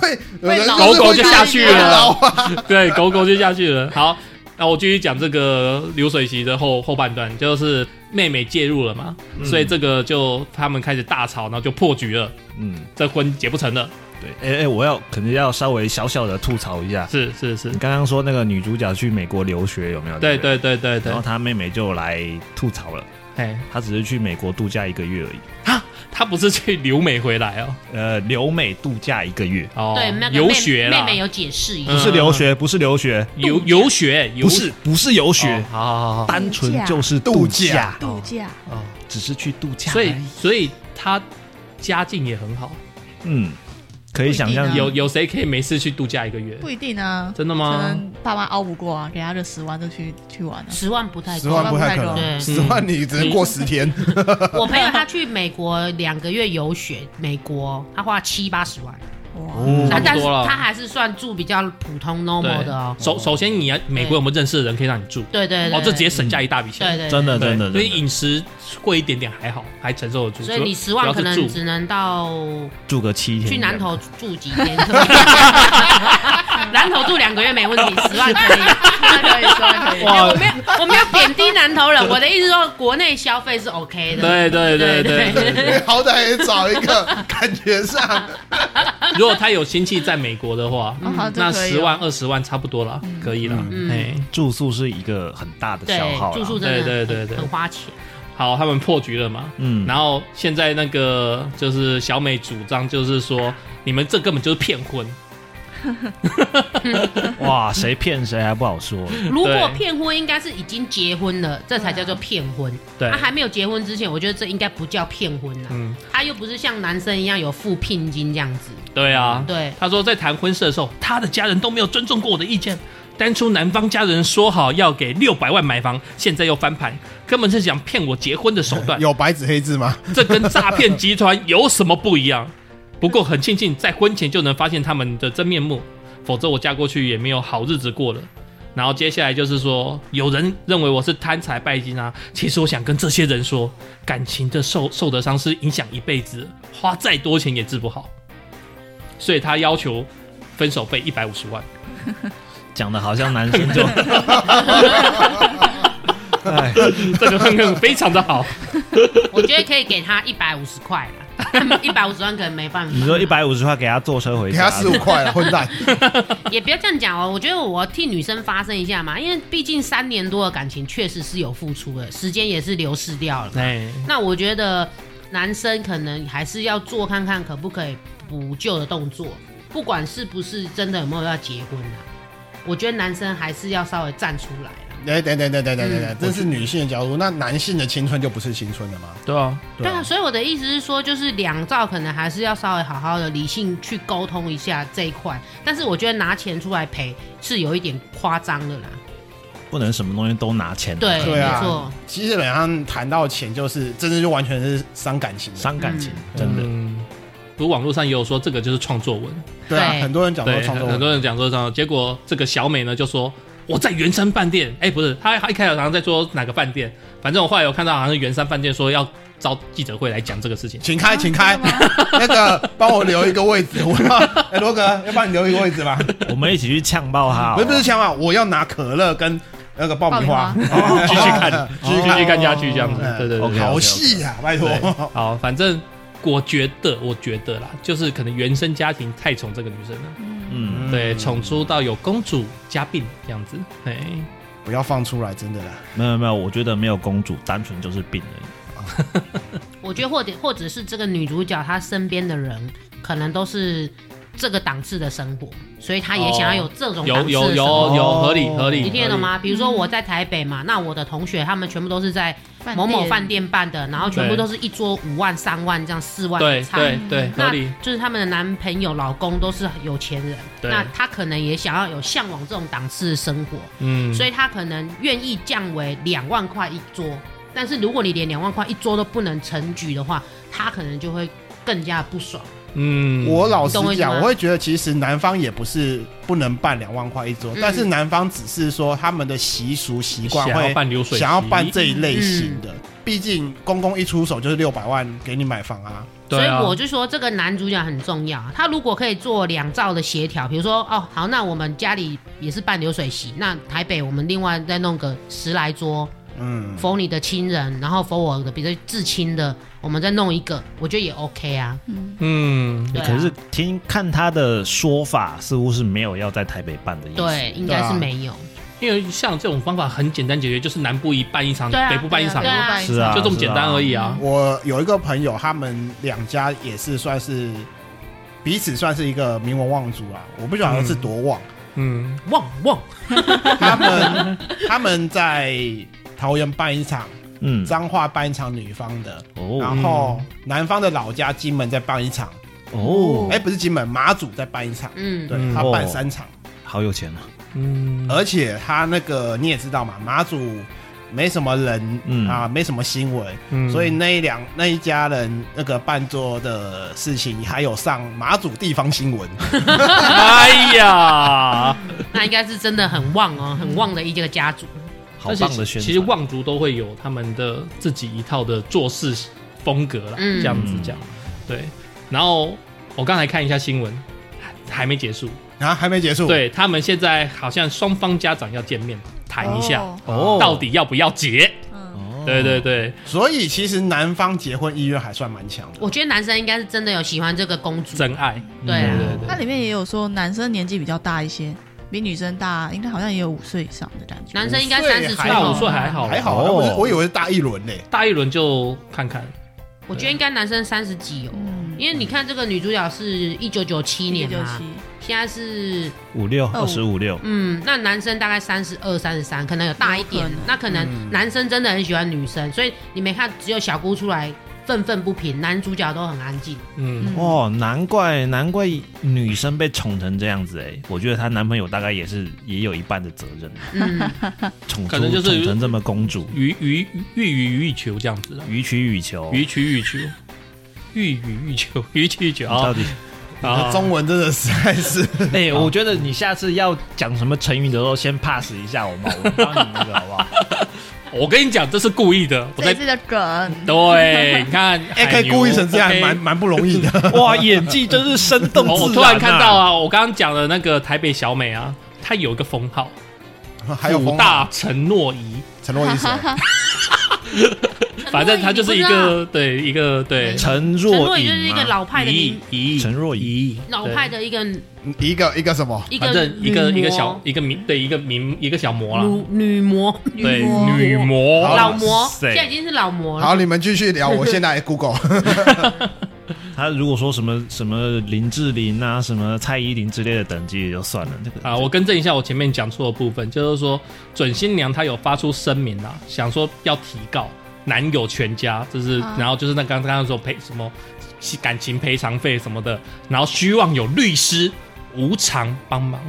Speaker 2: 会有人
Speaker 4: 老
Speaker 2: 是
Speaker 5: 狗狗
Speaker 2: 会
Speaker 5: 就下去
Speaker 2: 会
Speaker 5: 了
Speaker 2: 捞啊。
Speaker 5: 对，狗狗就下去了。好，那我继续讲这个流水席的后后半段，就是妹妹介入了嘛，所以这个就他们开始大吵，然后就破局了，
Speaker 1: 嗯，
Speaker 5: 这婚结不成了。
Speaker 1: 对，哎、哎，我要可能要稍微小小的吐槽一下，
Speaker 5: 是是是
Speaker 1: 你，刚刚说那个女主角去美国留学有没有？
Speaker 5: 对
Speaker 1: 不对
Speaker 5: 对对对对
Speaker 1: 然后，她妹妹就来吐槽了，
Speaker 5: 哎，
Speaker 1: 她只是去美国度假一个月而已，
Speaker 5: 他不是去留美回来哦，
Speaker 1: 呃，留美度假一个月，
Speaker 5: 哦，
Speaker 4: 对，那个
Speaker 5: 游
Speaker 4: 妹
Speaker 5: 学
Speaker 4: 妹
Speaker 5: 啦，
Speaker 4: 妹有解释一下
Speaker 1: 不是留学，不是留学，
Speaker 5: 游游学，游
Speaker 1: 不是不是游学，
Speaker 5: 哦好好好好，
Speaker 1: 单纯就是度假，
Speaker 3: 度假，
Speaker 5: 哦
Speaker 1: 只是去度假而
Speaker 5: 所
Speaker 1: 已，
Speaker 5: 以所以他家境也很好，
Speaker 1: 嗯，可以想
Speaker 3: 不一
Speaker 1: 象
Speaker 3: 定啊
Speaker 5: 有有谁可以没事去度假一个月？
Speaker 3: 不一定啊，
Speaker 5: 真的
Speaker 3: 可
Speaker 5: 吗？
Speaker 3: 能爸妈熬不过啊，给他这十万就去去玩了。
Speaker 4: 十万不太
Speaker 2: 十
Speaker 4: 够。
Speaker 2: 万不太可能，
Speaker 4: 对，
Speaker 2: 十万你只能过十天。
Speaker 4: 我朋友他去美国两个月游学，美国他花七八十万，
Speaker 3: 哇，
Speaker 5: 嗯
Speaker 4: 啊
Speaker 5: 差
Speaker 4: 但
Speaker 5: 不
Speaker 4: 是
Speaker 5: 多了
Speaker 4: 他还是算住比较普通 normal 的哦。
Speaker 5: 首首先，你要美国有没有认识的人可以让你住？
Speaker 4: 对对对，
Speaker 5: 哦，这直接省下一大笔钱。
Speaker 4: 对对，
Speaker 1: 真的
Speaker 5: 对
Speaker 1: 真的，
Speaker 5: 所
Speaker 1: 真
Speaker 5: 以
Speaker 1: 的
Speaker 5: 饮食贵一点点还好，还承受得住。
Speaker 4: 所以你
Speaker 5: 主
Speaker 4: 十
Speaker 5: 要
Speaker 4: 万可
Speaker 5: 主
Speaker 4: 能
Speaker 5: 要是住
Speaker 4: 只能到
Speaker 1: 住个七天，
Speaker 5: 嗯
Speaker 4: 去南投住几天， 南投住两个月没问 题，十万可以。
Speaker 3: 可以，可 以。
Speaker 4: 我没有，我没有贬低南投人，我的意思说国内消费是 OK 的。
Speaker 5: 对对对对
Speaker 4: 对
Speaker 5: 对
Speaker 2: 你
Speaker 5: 对。
Speaker 2: 好歹也找一个感觉上，
Speaker 5: 如果他有亲戚在美国的话，
Speaker 3: 哦好这
Speaker 5: 那
Speaker 3: 可以
Speaker 5: 十万
Speaker 3: 哦
Speaker 5: 二十万差不多了，可以了。
Speaker 4: 嗯
Speaker 5: 哎，
Speaker 1: 住宿是一个很大的消耗
Speaker 4: 对，
Speaker 1: 啦，
Speaker 4: 住宿真的很
Speaker 5: 对对对对
Speaker 4: 很花钱。
Speaker 5: 好，他们破局了嘛？
Speaker 1: 嗯，
Speaker 5: 然后现在那个就是小美主张，就是说你们这根本就是骗婚。
Speaker 1: 哇，谁骗谁还不好说，
Speaker 4: 如果
Speaker 5: 对
Speaker 4: 骗婚，应该是已经结婚了，这才叫做骗婚。啊
Speaker 5: 对
Speaker 4: 他还没有结婚之前，我觉得这应该不叫骗婚呐。
Speaker 5: 嗯，
Speaker 4: 他又不是像男生一样有付聘金这样子。
Speaker 5: 对啊。
Speaker 4: 对，
Speaker 5: 他说在谈婚事的时候，他的家人都没有尊重过我的意见。当初男方家人说好要给六百万买房，现在又翻盘，根本是想骗我结婚的手段。
Speaker 2: 有白纸黑字吗？
Speaker 5: 这跟诈骗集团有什么不一样？不过很庆幸在婚前就能发现他们的真面目，否则我嫁过去也没有好日子过了。然后接下来就是说，有人认为我是贪财拜金啊，其实我想跟这些人说，感情的受受的伤是影响一辈子的，花再多钱也治不好。所以他要求分手费一百五十万。
Speaker 1: 讲的好像男生就，哎，
Speaker 5: 这个哼哼非常的好，
Speaker 4: 我觉得可以给他一百五十块啦，一百五十万可能没办法。
Speaker 1: 你说一百五十块给他坐车回
Speaker 2: 给他
Speaker 1: 家，
Speaker 2: 十五块了，混蛋！
Speaker 4: 也不要这样讲哦，我觉得我替女生发声一下嘛，因为毕竟三年多的感情确实是有付出的，时间也是流逝掉了。
Speaker 5: 哎，
Speaker 4: 那我觉得男生可能还是要做看看可不可以补救的动作，不管是不是真的有没有要结婚啊，我觉得男生还是要稍微站出来啦。
Speaker 2: 哎，等等等等
Speaker 4: 嗯
Speaker 2: 等等等，这是女性的角度，那男性的青春就不是青春了吗？
Speaker 5: 对啊，
Speaker 4: 对啊，所以我的意思是说，就是两兆可能还是要稍微好好的理性去沟通一下这一块，但是我觉得拿钱出来赔是有一点夸张的啦。
Speaker 1: 不能什么东西都拿钱，
Speaker 4: 对，
Speaker 2: 对啊
Speaker 4: 没错，
Speaker 2: 基本上谈到钱，就是真的就完全是伤感情的。
Speaker 1: 伤感情，
Speaker 4: 嗯
Speaker 1: 真的。
Speaker 5: 嗯。不过网络上也有说，这个就是创作文。
Speaker 2: 对啊，
Speaker 4: 对
Speaker 2: 很多人讲说
Speaker 5: 对，
Speaker 2: 创作
Speaker 5: 很
Speaker 2: 文
Speaker 5: 多人讲说这样，结果这个小美呢就说：“我在圆山饭店，哎、不是，他他一开始好像在说哪个饭店，反正我后来有看到好像是圆山饭店说要召记者会来讲这 个事情。
Speaker 2: 请 开，请开，那个帮我留一个位置，我要， 哎，罗哥，要帮你留一个位置吧？
Speaker 1: 我们一起去呛爆他、
Speaker 2: 不是不是，枪啊，我要拿可乐跟那个爆米花
Speaker 3: 爆，
Speaker 2: 哦
Speaker 5: 继续看，继续继续看下去，这样子
Speaker 2: 哦。
Speaker 5: 对对对
Speaker 1: OK，OK，OK
Speaker 2: 好戏啊，拜托，
Speaker 5: 对好，反正我觉得，我觉得啦，就是可能原生家庭太宠这个女生了，
Speaker 1: 嗯，
Speaker 5: 对，宠出到有公主加病这样子，哎，
Speaker 2: 不要放出来，真的啦。
Speaker 1: 没有没有，我觉得没有公主，单纯就是病人。
Speaker 4: 我觉得或者或者是这个女主角她身边的人，可能都是这个档次的生活，所以她也想要有这种档
Speaker 5: 哦有
Speaker 4: 次的
Speaker 5: 有有
Speaker 4: 生活。
Speaker 5: 有合
Speaker 2: 哦
Speaker 5: 理合理，
Speaker 4: 你听得懂
Speaker 5: 合
Speaker 4: 吗？比如说我在台北嘛，那我的同学他们全部都是在某某饭店办的，然后全部
Speaker 5: 对
Speaker 4: 都是一桌五万、三万这样四
Speaker 5: 理？
Speaker 4: 万的
Speaker 5: 对
Speaker 4: 菜
Speaker 5: 对对，合
Speaker 4: 那
Speaker 5: 理。
Speaker 4: 就是他们的男朋友、老公都是有钱人，
Speaker 5: 对
Speaker 4: 那他可能也想要有向往这种档次的生活，
Speaker 5: 嗯，
Speaker 4: 所以他可能愿意降为两万块一桌。但是如果你连两万块一桌都不能成举的话，他可能就会更加不爽。
Speaker 5: 嗯，
Speaker 2: 我老实
Speaker 4: 懂我意思
Speaker 2: 讲，
Speaker 4: 吗
Speaker 2: 我会觉得其实南方也不是不能办两万块一桌，
Speaker 4: 嗯
Speaker 2: 但是南方只是说他们的习俗习惯
Speaker 5: 想要
Speaker 2: 会
Speaker 5: 办流水席，
Speaker 2: 想要办这一类型
Speaker 4: 嗯
Speaker 2: 的，毕竟公公一出手就是六百万给你买房啊，
Speaker 5: 对啊
Speaker 4: 所以我就说这个男主角很重要啊，他如果可以做两兆的协调，比如说哦好，那我们家里也是办流水席，那台北我们另外再弄个十来桌，
Speaker 2: 嗯，
Speaker 4: 否你的亲人，然后否我的，比如说至亲的，我们再弄一个，我觉得也 OK 啊。
Speaker 5: 嗯，
Speaker 4: 对啊
Speaker 1: 可是听看他的说法，似乎是没有要在台北办的意思。
Speaker 4: 对，啊应该是没有。
Speaker 5: 因为像这种方法很简单解决，就是南部一办一场，
Speaker 4: 对啊
Speaker 5: 北部办一场
Speaker 4: 对，啊
Speaker 1: 是啊，
Speaker 5: 就这么简单而已啊。
Speaker 2: 我有一个朋友，他们两家也是算是彼此算是一个名门望族啊，我不晓得是多 旺。
Speaker 5: 嗯，旺旺，
Speaker 2: 他们他们在桃园办一场，
Speaker 1: 嗯，
Speaker 2: 彰化办一场女方的，
Speaker 1: 哦
Speaker 2: 然后南方的老家金门再办一场，
Speaker 1: 哦，
Speaker 2: 哎，不是金门，马祖再办一场，
Speaker 4: 嗯，
Speaker 2: 对
Speaker 5: 嗯
Speaker 2: 他办
Speaker 1: 哦
Speaker 2: 三场，
Speaker 1: 好有钱啊！
Speaker 5: 嗯，
Speaker 2: 而且他那个你也知道嘛，马祖。没什么人、
Speaker 1: 嗯
Speaker 2: 啊，没什么新闻，
Speaker 5: 嗯
Speaker 2: 所以那一两那一家人那个办桌的事情，还有上马祖地方新闻，
Speaker 5: 哎 呀，
Speaker 4: 那应该是真的很旺哦，很旺的一个家族。
Speaker 1: 好棒的宣传。
Speaker 5: 其实望族都会有他们的自己一套的做事风格啦，
Speaker 4: 嗯
Speaker 5: 这样子讲。对，然后我刚才看一下新闻，还还没结束。
Speaker 1: 哦
Speaker 2: 然后还没结束，，
Speaker 5: 对他们现在好像双方家长要见面谈一下，
Speaker 3: 哦
Speaker 1: 哦
Speaker 5: 到底要不要结？
Speaker 3: 嗯，
Speaker 1: 哦
Speaker 5: 对对对，
Speaker 2: 所以其实南方结婚意愿还算蛮强的。
Speaker 4: 我觉得男生应该是真的有喜欢这个公主，
Speaker 5: 真爱。
Speaker 4: 对啊
Speaker 5: 对
Speaker 1: 嗯
Speaker 5: 对
Speaker 3: 它
Speaker 5: 对，
Speaker 3: 里面也有说男生年纪比较大一些，比女生大，应该好像也有五岁以上的感觉。
Speaker 4: 男生应该
Speaker 2: 五岁
Speaker 4: 三十出
Speaker 2: 还
Speaker 5: 大
Speaker 2: 好
Speaker 5: 五
Speaker 4: 头
Speaker 5: 岁。还好，
Speaker 2: 还好啊，
Speaker 1: 哦
Speaker 2: 我是我以为是大一轮呢。
Speaker 5: 大一轮就看看。
Speaker 4: 我觉得应该男生三十几哦，
Speaker 3: 嗯，
Speaker 4: 因为你看这个女主角是一九九七年啊
Speaker 3: 九
Speaker 4: 嘛
Speaker 3: 七，，
Speaker 4: 现在是
Speaker 1: 五
Speaker 4: 哦
Speaker 1: 六
Speaker 3: 二
Speaker 1: 二
Speaker 3: 五
Speaker 1: 十五六，
Speaker 4: 嗯，那男生大概三十二、三十三，可能有大一点
Speaker 3: 有可能。
Speaker 4: 那可
Speaker 5: 嗯
Speaker 4: 能男生真的很喜欢女生，所以你没看，只有小姑出来愤愤不平，男主角都很安静。
Speaker 5: 嗯，
Speaker 3: 嗯
Speaker 1: 哦，难怪难怪女生被宠成这样子哎，我觉得她男朋友大概也是也有一半的责任，
Speaker 4: 嗯，
Speaker 1: 宠出
Speaker 5: 可能就是
Speaker 1: 宠成这么公主，
Speaker 5: 予予欲予欲求这样子啦，
Speaker 1: 予取予求。
Speaker 5: 予取予求，欲予欲求，予取予求
Speaker 1: 你到
Speaker 5: 啊
Speaker 1: 底
Speaker 5: 啊！
Speaker 2: 中文真的实在是，
Speaker 1: 哦 哎，我觉得你下次要讲什么成语的时候，先 pass 一下我嘛，我帮你那个好不好？
Speaker 5: 我跟你讲，这是故意的，我
Speaker 3: 这
Speaker 5: 在
Speaker 3: 一。次的
Speaker 4: 嗯
Speaker 3: 梗，
Speaker 5: 对，你看，
Speaker 2: 哎，可
Speaker 5: 海
Speaker 2: 以
Speaker 5: 牛
Speaker 2: 故意成这样，
Speaker 5: OK
Speaker 2: 蛮蛮不容易的。
Speaker 1: 哇，演技真是生动
Speaker 5: 哦我突然看到啊，我刚刚讲的那个台北小美啊，她有一个封号，
Speaker 2: 还有
Speaker 5: 五
Speaker 2: 风
Speaker 5: 大承诺仪，
Speaker 2: 陈洛医生，
Speaker 5: 反正她就是一个对一个对
Speaker 1: 陈
Speaker 4: 陈
Speaker 1: 若
Speaker 4: 若仪
Speaker 1: 仪
Speaker 4: 就是一个老派的
Speaker 5: 仪
Speaker 4: 女
Speaker 5: 仪
Speaker 1: 陈若仪，
Speaker 4: 老派的一个
Speaker 2: 一个一个什么？
Speaker 4: 一
Speaker 5: 反
Speaker 4: 个
Speaker 5: 正一个
Speaker 4: 女
Speaker 5: 一个
Speaker 4: 魔
Speaker 5: 小一个名对一个名一个小魔啦，
Speaker 4: 女女魔
Speaker 5: 对
Speaker 3: 魔
Speaker 5: 女魔
Speaker 2: 好
Speaker 4: 老魔，
Speaker 1: 塞
Speaker 4: 现在已经是老魔了。
Speaker 2: 好，你们继续聊，我现在 Google
Speaker 1: 他如果说什么什么林志玲啊，什么蔡依林之类的等级也就算了，那个
Speaker 5: 啊，我更正一下我前面讲错的部分，就是说准新娘她有发出声明啊，想说要提告男友全家，就是、
Speaker 3: 啊
Speaker 5: 然后就是那刚刚刚说赔什么感情赔偿费什么的，然后希望有律师无偿帮忙。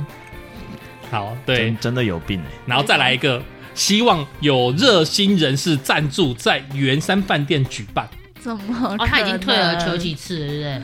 Speaker 5: 好，对
Speaker 1: 真，真的有 病哎、
Speaker 5: 然后再来一个，希望有热心人士赞助在圆山饭店举办。
Speaker 3: 怎么可能？
Speaker 4: 哦，他已经退而求其次了，对不对？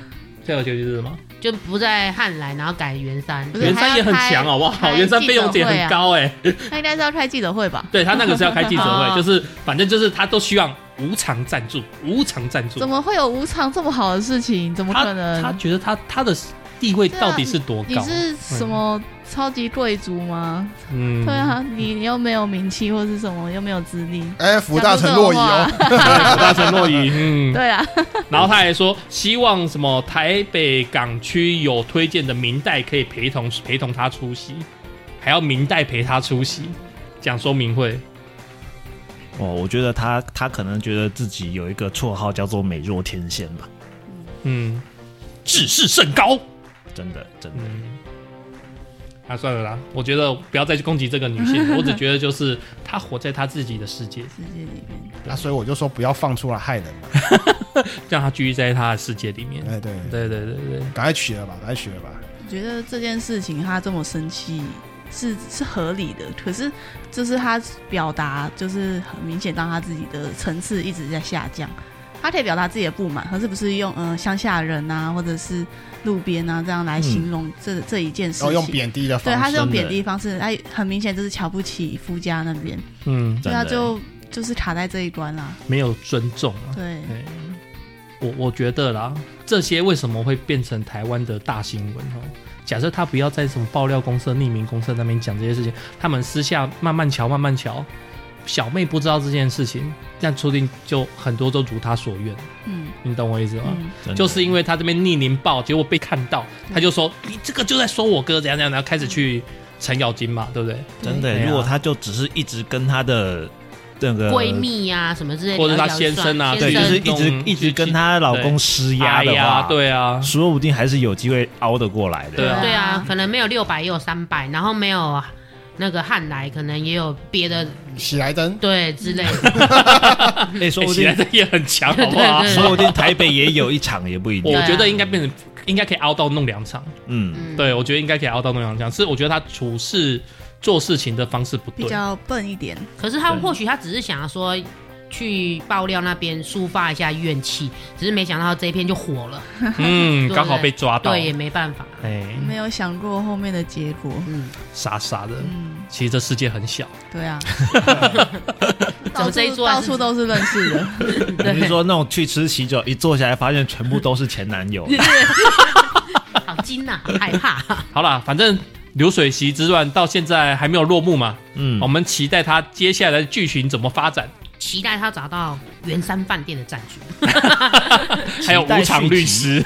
Speaker 5: 这个就是什么？
Speaker 4: 就不在汉来，然后改元山。
Speaker 3: 不是
Speaker 5: 元山也很强，好不
Speaker 3: 还
Speaker 5: 好？
Speaker 3: 要开
Speaker 5: 元山费用也很高哎、
Speaker 3: 他应该是要开记者会吧？
Speaker 5: 对他那个是要开 记者
Speaker 3: 哦
Speaker 5: 会，就是反正就是他都希望无偿赞助，无偿赞助
Speaker 3: 怎。么会有无偿这么好的事情？怎么
Speaker 5: 他
Speaker 3: 可能？
Speaker 5: 他觉得他他的地位
Speaker 3: 对啊
Speaker 5: 到底是多
Speaker 3: 你
Speaker 5: 高？
Speaker 3: 是什么超级贵族吗？
Speaker 5: 嗯
Speaker 3: 对啊，你你又没有名气或是什么，又没有资历。
Speaker 4: 嗯
Speaker 2: 哎，福大成洛伊
Speaker 3: 讲
Speaker 2: 哦
Speaker 3: 出，
Speaker 5: 大成落雨。嗯，
Speaker 3: 对啊，
Speaker 5: 然后他还说，希望什么台北港区有推荐的明代可以陪同陪同他出席，还要明代陪他出席讲说明会。
Speaker 1: 哦，我觉得他他可能觉得自己有一个绰号叫做美若天仙吧，
Speaker 5: 嗯，志士甚高。
Speaker 1: 真的真的。
Speaker 5: 嗯，啊，算了啦，我觉得不要再去攻击这个女性了，我只觉得就是她活在她自己的世界，
Speaker 3: 世界里面
Speaker 2: 那所以我就说不要放出来害人嘛。
Speaker 5: 让她居住在她的世界里面。
Speaker 2: 哎，对，
Speaker 5: 对对对对，
Speaker 2: 赶快取了吧，赶快取了吧。
Speaker 3: 我觉得这件事情他这么生气是是合理的，可是就是他表达就是很明显，让他自己的层次一直在下降。他可以表达自己的不满，可是不是用呃乡下人啊，或者是路边啊这样来形容这、这一件事
Speaker 2: 然后
Speaker 3: 情？哦
Speaker 2: 用贬低的
Speaker 3: 嗯对，
Speaker 2: 方
Speaker 3: 他
Speaker 2: 式，
Speaker 3: 是用贬低方式，他很明显就是瞧不起夫家那边，
Speaker 5: 嗯，
Speaker 3: 所以他
Speaker 1: 真的
Speaker 3: 就就是卡在这一关啦。
Speaker 5: 没有尊重啊。
Speaker 3: 对，
Speaker 5: 对，我我觉得啦，这些为什么会变成台湾的大新闻哦？假设他不要在什么爆料公社、匿名公社那边讲这些事情，他们私下慢慢瞧、慢慢瞧，小妹不知道这件事情，那说不定就很多都如他所愿，
Speaker 3: 嗯
Speaker 5: 你懂我意思吗？
Speaker 3: 嗯，
Speaker 1: 真的
Speaker 5: 就是因为他这边逆鳞报，结果被看到，
Speaker 1: 嗯
Speaker 5: 他就说你这个就在说我哥怎样怎样，然后开始去程咬金嘛，对不对？
Speaker 1: 真
Speaker 5: 对
Speaker 1: 的，
Speaker 5: 啊
Speaker 1: 如果他就只是一直跟他的那个
Speaker 4: 闺蜜呀、什么之类的，
Speaker 5: 或者
Speaker 4: 聊
Speaker 5: 他
Speaker 4: 聊
Speaker 5: 先生啊
Speaker 4: 算
Speaker 1: 对，就
Speaker 4: 先
Speaker 1: 是
Speaker 4: 生
Speaker 1: 一直
Speaker 5: 弄
Speaker 1: 一直跟她老公施压
Speaker 5: 哎
Speaker 1: 的
Speaker 5: 呀
Speaker 1: 话，，，
Speaker 5: 对啊，
Speaker 1: 说不定还是有机会熬得过来
Speaker 5: 对
Speaker 1: 的。
Speaker 5: 啊
Speaker 4: 对啊，可能没有六百也有三百，然后没有那个汉来，可能也有别的
Speaker 2: 喜来登，
Speaker 4: 对之类的。
Speaker 1: 哎，说不
Speaker 5: 起来
Speaker 1: 定
Speaker 5: 的也很 强，好不好？
Speaker 4: 对对对
Speaker 1: 说不定台北也有一场，也不一定
Speaker 5: 我。
Speaker 4: 啊
Speaker 5: 觉得应该变成，应该可以熬到弄两场。
Speaker 1: 嗯，
Speaker 4: 嗯，
Speaker 5: 对，我觉得应该可以熬到弄两场。是我觉得他处事做事情的方式不
Speaker 3: 比
Speaker 5: 对，
Speaker 3: 较笨一点，
Speaker 4: 可是他
Speaker 5: 对
Speaker 4: 或许他只是想要说去爆料那边抒发一下怨气，只是没想到这一篇就火了，
Speaker 5: 嗯，
Speaker 4: 对
Speaker 5: 刚好被抓到
Speaker 4: 对，，也没办法。
Speaker 5: 哎，
Speaker 3: 没有想过后面的结果。
Speaker 4: 嗯，
Speaker 5: 傻傻的。
Speaker 3: 嗯，
Speaker 5: 其实这世界很小，
Speaker 3: 对 啊，
Speaker 4: 怎
Speaker 3: 到
Speaker 4: 么这一
Speaker 3: 处
Speaker 4: 桌还
Speaker 3: 到
Speaker 4: 是
Speaker 3: 处都是认识的，
Speaker 1: 你是说那种去吃喜酒，一坐下来发现全部都是前男 友？
Speaker 4: 好惊呐、好害怕。
Speaker 5: 好啦，反正流水席之乱到现在还没有落幕嘛，
Speaker 1: 嗯
Speaker 5: 我，们期待他接下来的剧情怎么发展，
Speaker 4: 期待他找到圆山饭店的战局。
Speaker 5: 还有无偿律师，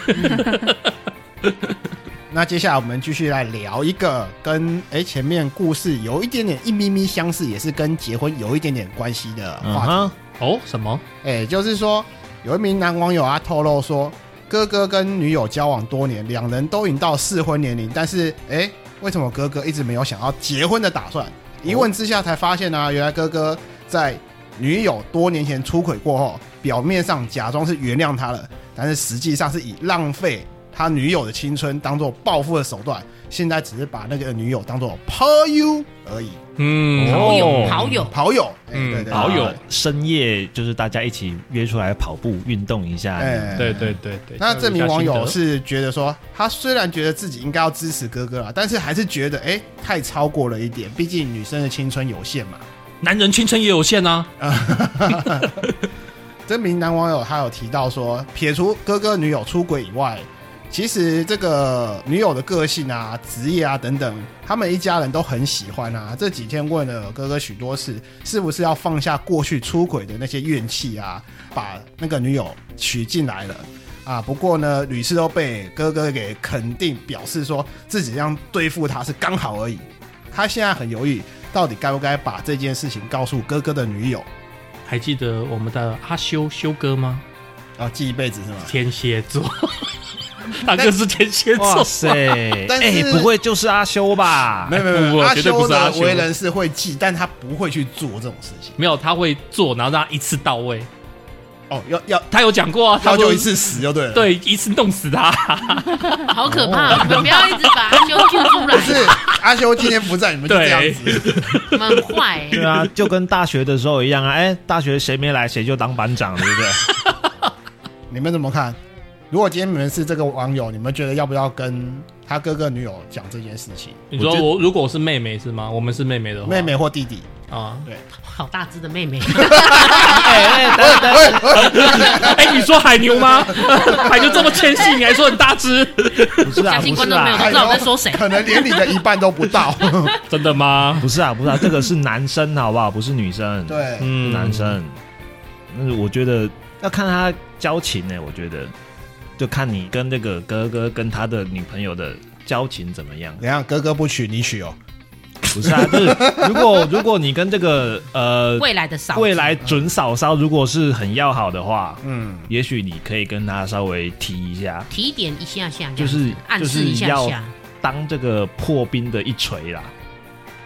Speaker 2: 那接下来我们继续来聊一个跟哎、前面故事有一点点一咪咪相似，也是跟结婚有一点点关系的
Speaker 1: 嗯
Speaker 2: 话题。
Speaker 1: 哼，
Speaker 5: 哦，什么？
Speaker 2: 哎、就是说有一名男网友他透露说，哥哥跟女友交往多年，两人都已到适婚年龄，但是哎、为什么哥哥一直没有想要结婚的打算？一问之下才发现呢、啊原来哥哥在女友多年前出轨过后，表面上假装是原谅他了，但是实际上是以浪费他女友的青春当做报复的手段，现在只是把那个女友当做炮友而已，
Speaker 5: 嗯，
Speaker 1: 哦
Speaker 4: 好友，
Speaker 1: 哦
Speaker 4: 好友，
Speaker 2: 炮友，哎、
Speaker 5: 嗯
Speaker 2: 对对对
Speaker 5: 好友
Speaker 1: 啊深夜就是大家一起约出来跑步运动一下。
Speaker 2: 哎
Speaker 5: 嗯对对对对。
Speaker 2: 那这名网友
Speaker 5: 是。
Speaker 2: 是觉得说，他虽然觉得自己应该要支持哥哥啦，但是还是觉得哎、诶太超过了一点，毕竟女生的青春有限嘛。
Speaker 5: 男人青春也有限啊。
Speaker 2: 这名男网友他有提到说，撇除哥哥女友出轨以外，其实这个女友的个性啊、职业啊等等，他们一家人都很喜欢啊。这几天问了哥哥许多次，是不是要放下过去出轨的那些怨气啊，把那个女友娶进来了啊？不过呢，屡次都被哥哥给肯定，表示说自己这样对付她是刚好而已。他现在很犹豫，到底该不该把这件事情告诉哥哥的女友
Speaker 5: 还记得我们的阿修修哥吗？
Speaker 2: 啊？记一辈子是吗？
Speaker 5: 天蝎座， 他就是天蝎
Speaker 1: 哇
Speaker 5: 座。
Speaker 1: 塞！
Speaker 2: 但是
Speaker 1: 哎，不会就是阿修吧
Speaker 2: 没？有没有，没
Speaker 5: 不
Speaker 2: 有，
Speaker 5: 不
Speaker 2: 阿
Speaker 5: 绝对不
Speaker 2: 修
Speaker 5: 是阿
Speaker 2: 的
Speaker 5: 修
Speaker 2: 为人是会记，但他不会去做这种事情。
Speaker 5: 没有，他会做，然后让他一次到位。
Speaker 2: 哦，要要
Speaker 5: 他有讲过啊，他
Speaker 2: 要
Speaker 5: 不
Speaker 2: 就是一，次死就对了。，
Speaker 5: 对，一次弄死他。
Speaker 4: 好可怕！你们不要一直把阿修揪出来
Speaker 2: 不，是阿修今天不在，你们就这样子。
Speaker 4: 你们很坏欸。
Speaker 1: 对啊，就跟大学的时候一 样啊。哎，大学谁没来谁就当班长，对不对？
Speaker 2: 你们怎么看？如果今天你们是这个网友，你们觉得要不要跟他哥哥女友讲这件事情？
Speaker 5: 你说
Speaker 2: 觉得
Speaker 5: 我如果我是妹妹是吗？我们是妹妹的话，
Speaker 2: 妹妹或弟弟？
Speaker 5: 啊，
Speaker 4: 好大只的妹 妹，
Speaker 5: 哎哎等等，哎，你说海牛吗？ 海牛这么纤细，你还说很大只，
Speaker 2: 不是啊，
Speaker 4: 相信
Speaker 2: 不
Speaker 4: 观
Speaker 2: 是
Speaker 4: 众朋友
Speaker 2: 啊，
Speaker 4: 都知道我在说谁。
Speaker 2: 可能连你的一半都不 到。
Speaker 5: 真的吗？
Speaker 1: 不是啊，不是啊，这个是男生好不好？不是女生，，
Speaker 2: 对，
Speaker 5: 嗯
Speaker 1: 男，生。那我觉得要看他交情呢、欸我觉得就看你跟这个哥哥跟他的女朋友的交情怎么样。
Speaker 2: 怎样？哥哥不娶你娶哦？
Speaker 1: 不是啊，就是如果如果你跟这个呃
Speaker 4: 未来的嫂子，
Speaker 1: 未来准嫂嫂如果是很要好的话，
Speaker 2: 嗯，
Speaker 1: 也许你可以跟他稍微提一下，
Speaker 4: 提点一下下，
Speaker 1: 就
Speaker 4: 这
Speaker 1: 是
Speaker 4: 样子暗
Speaker 1: 就
Speaker 4: 示
Speaker 1: 是
Speaker 4: 一下
Speaker 1: 要
Speaker 4: 下，
Speaker 1: 当这个破冰的一锤啦。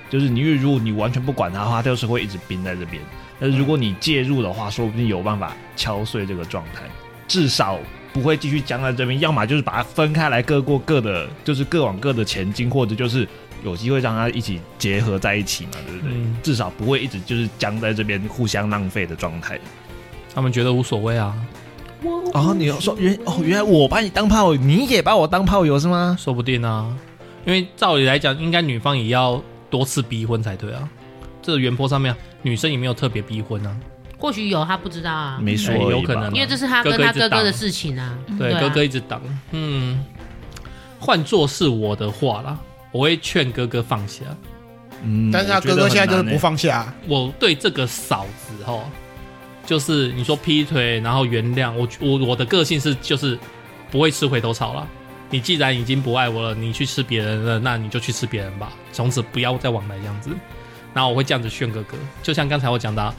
Speaker 1: 就是你，因为如果你完全不管他的话，他就是会一直冰在这边。但是如果你介入的话，说不定有办法敲碎这个状态，至少不会继续僵在这边。要么就是把它分开来，各过各的，就是各往各的前进，或者就是有机会让它一起结合在一起嘛，对不对？
Speaker 5: 嗯
Speaker 1: 至少不会一直就是僵在这边互相浪费的状态。
Speaker 5: 他们觉得无所谓啊，
Speaker 1: 哦，你有说原哦，原来我把你当炮友，你也把我当炮友是吗？
Speaker 5: 说不定啊，因为照理来讲，应该女方也要多次逼婚才对啊。这个原坡上面，啊女生也没有特别逼婚啊，
Speaker 4: 或许有他不知道啊，
Speaker 1: 没说
Speaker 5: 哎
Speaker 1: 而已吧，
Speaker 5: 有可能
Speaker 4: 因为这是他
Speaker 5: 哥
Speaker 4: 跟
Speaker 5: 哥一
Speaker 4: 他
Speaker 5: 直
Speaker 4: 哥哥的
Speaker 5: 打
Speaker 4: 事情啊。
Speaker 5: 对，
Speaker 4: 啊
Speaker 5: 哥哥一直挡。嗯，换做是我的话啦，我会劝哥哥放下。
Speaker 1: 嗯
Speaker 2: 但是他哥哥现在就是不。放下，
Speaker 5: 我对这个嫂子哈，就是你说劈腿，然后原谅我，我我的个性是就是不会吃回头草啦。你既然已经不爱我了，你去吃别人了，那你就去吃别人吧，从此不要再往来这样子。然后我会这样子劝哥哥，就像刚才我讲的、啊，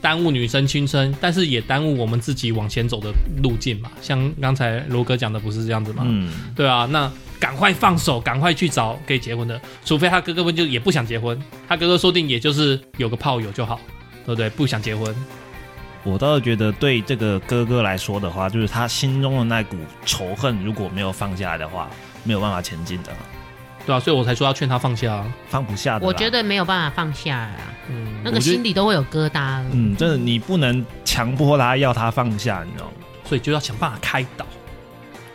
Speaker 5: 耽误女生青春，但是也耽误我们自己往前走的路径嘛。像刚才罗哥讲的，不是这样子吗？
Speaker 1: 嗯，
Speaker 5: 对啊，那赶快放手，赶快去找可以结婚的，除非他哥哥们就也不想结婚，他哥哥说不定也就是有个炮友就好，对不对？不想结婚，
Speaker 1: 我倒是觉得对这个哥哥来说的话，就是他心中的那股仇恨，如果没有放下来的话，没有办法前进的，
Speaker 5: 对啊，所以我才说要劝他放下啊。
Speaker 1: 放不下的啦。
Speaker 4: 我觉得没有办法放下啊，
Speaker 5: 嗯，
Speaker 4: 那
Speaker 1: 我
Speaker 4: 个
Speaker 1: 觉得
Speaker 4: 心里都会有疙瘩。
Speaker 1: 嗯，真的你不能强迫他要他放下，你知道吗？
Speaker 5: 所以就要想办法开导。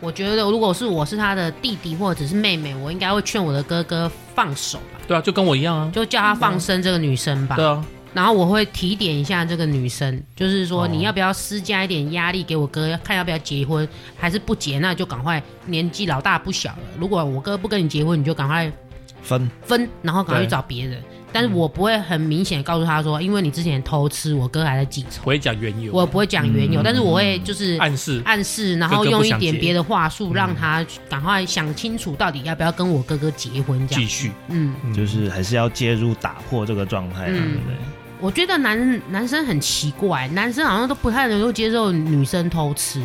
Speaker 4: 我觉得如果是我是他的弟弟或者是妹妹，我应该会劝我的哥哥放手吧，
Speaker 5: 对啊，就跟我一样啊。
Speaker 4: 就叫他放生这个女生吧
Speaker 5: 对。啊，
Speaker 4: 然后我会提点一下这个女生，就是说
Speaker 5: 哦
Speaker 4: 你要不要施加一点压力给我哥，看要不要结婚，还是不结，那就赶快年纪老大不小了。如果我哥不跟你结婚，你就赶快
Speaker 1: 分
Speaker 4: 分，然后赶快去
Speaker 5: 对
Speaker 4: 找别人。但是我不会很明显地告诉他说，因为你之前偷吃，我哥还在记仇。
Speaker 5: 我会讲缘由，
Speaker 4: 我不会讲缘由，
Speaker 1: 嗯
Speaker 4: 但是我会就是嗯
Speaker 5: 暗示。
Speaker 4: 暗示，然后用一点别的话术，让他赶快想清楚到底要不要跟我哥哥结婚这
Speaker 5: 继
Speaker 4: 样。
Speaker 5: 续，
Speaker 4: 嗯，
Speaker 5: 嗯
Speaker 1: 就是还是要介入打破这个状态、啊，
Speaker 4: 嗯
Speaker 1: 对不对？
Speaker 4: 我觉得男男生很奇怪，男生好像都不太能够接受女生偷吃。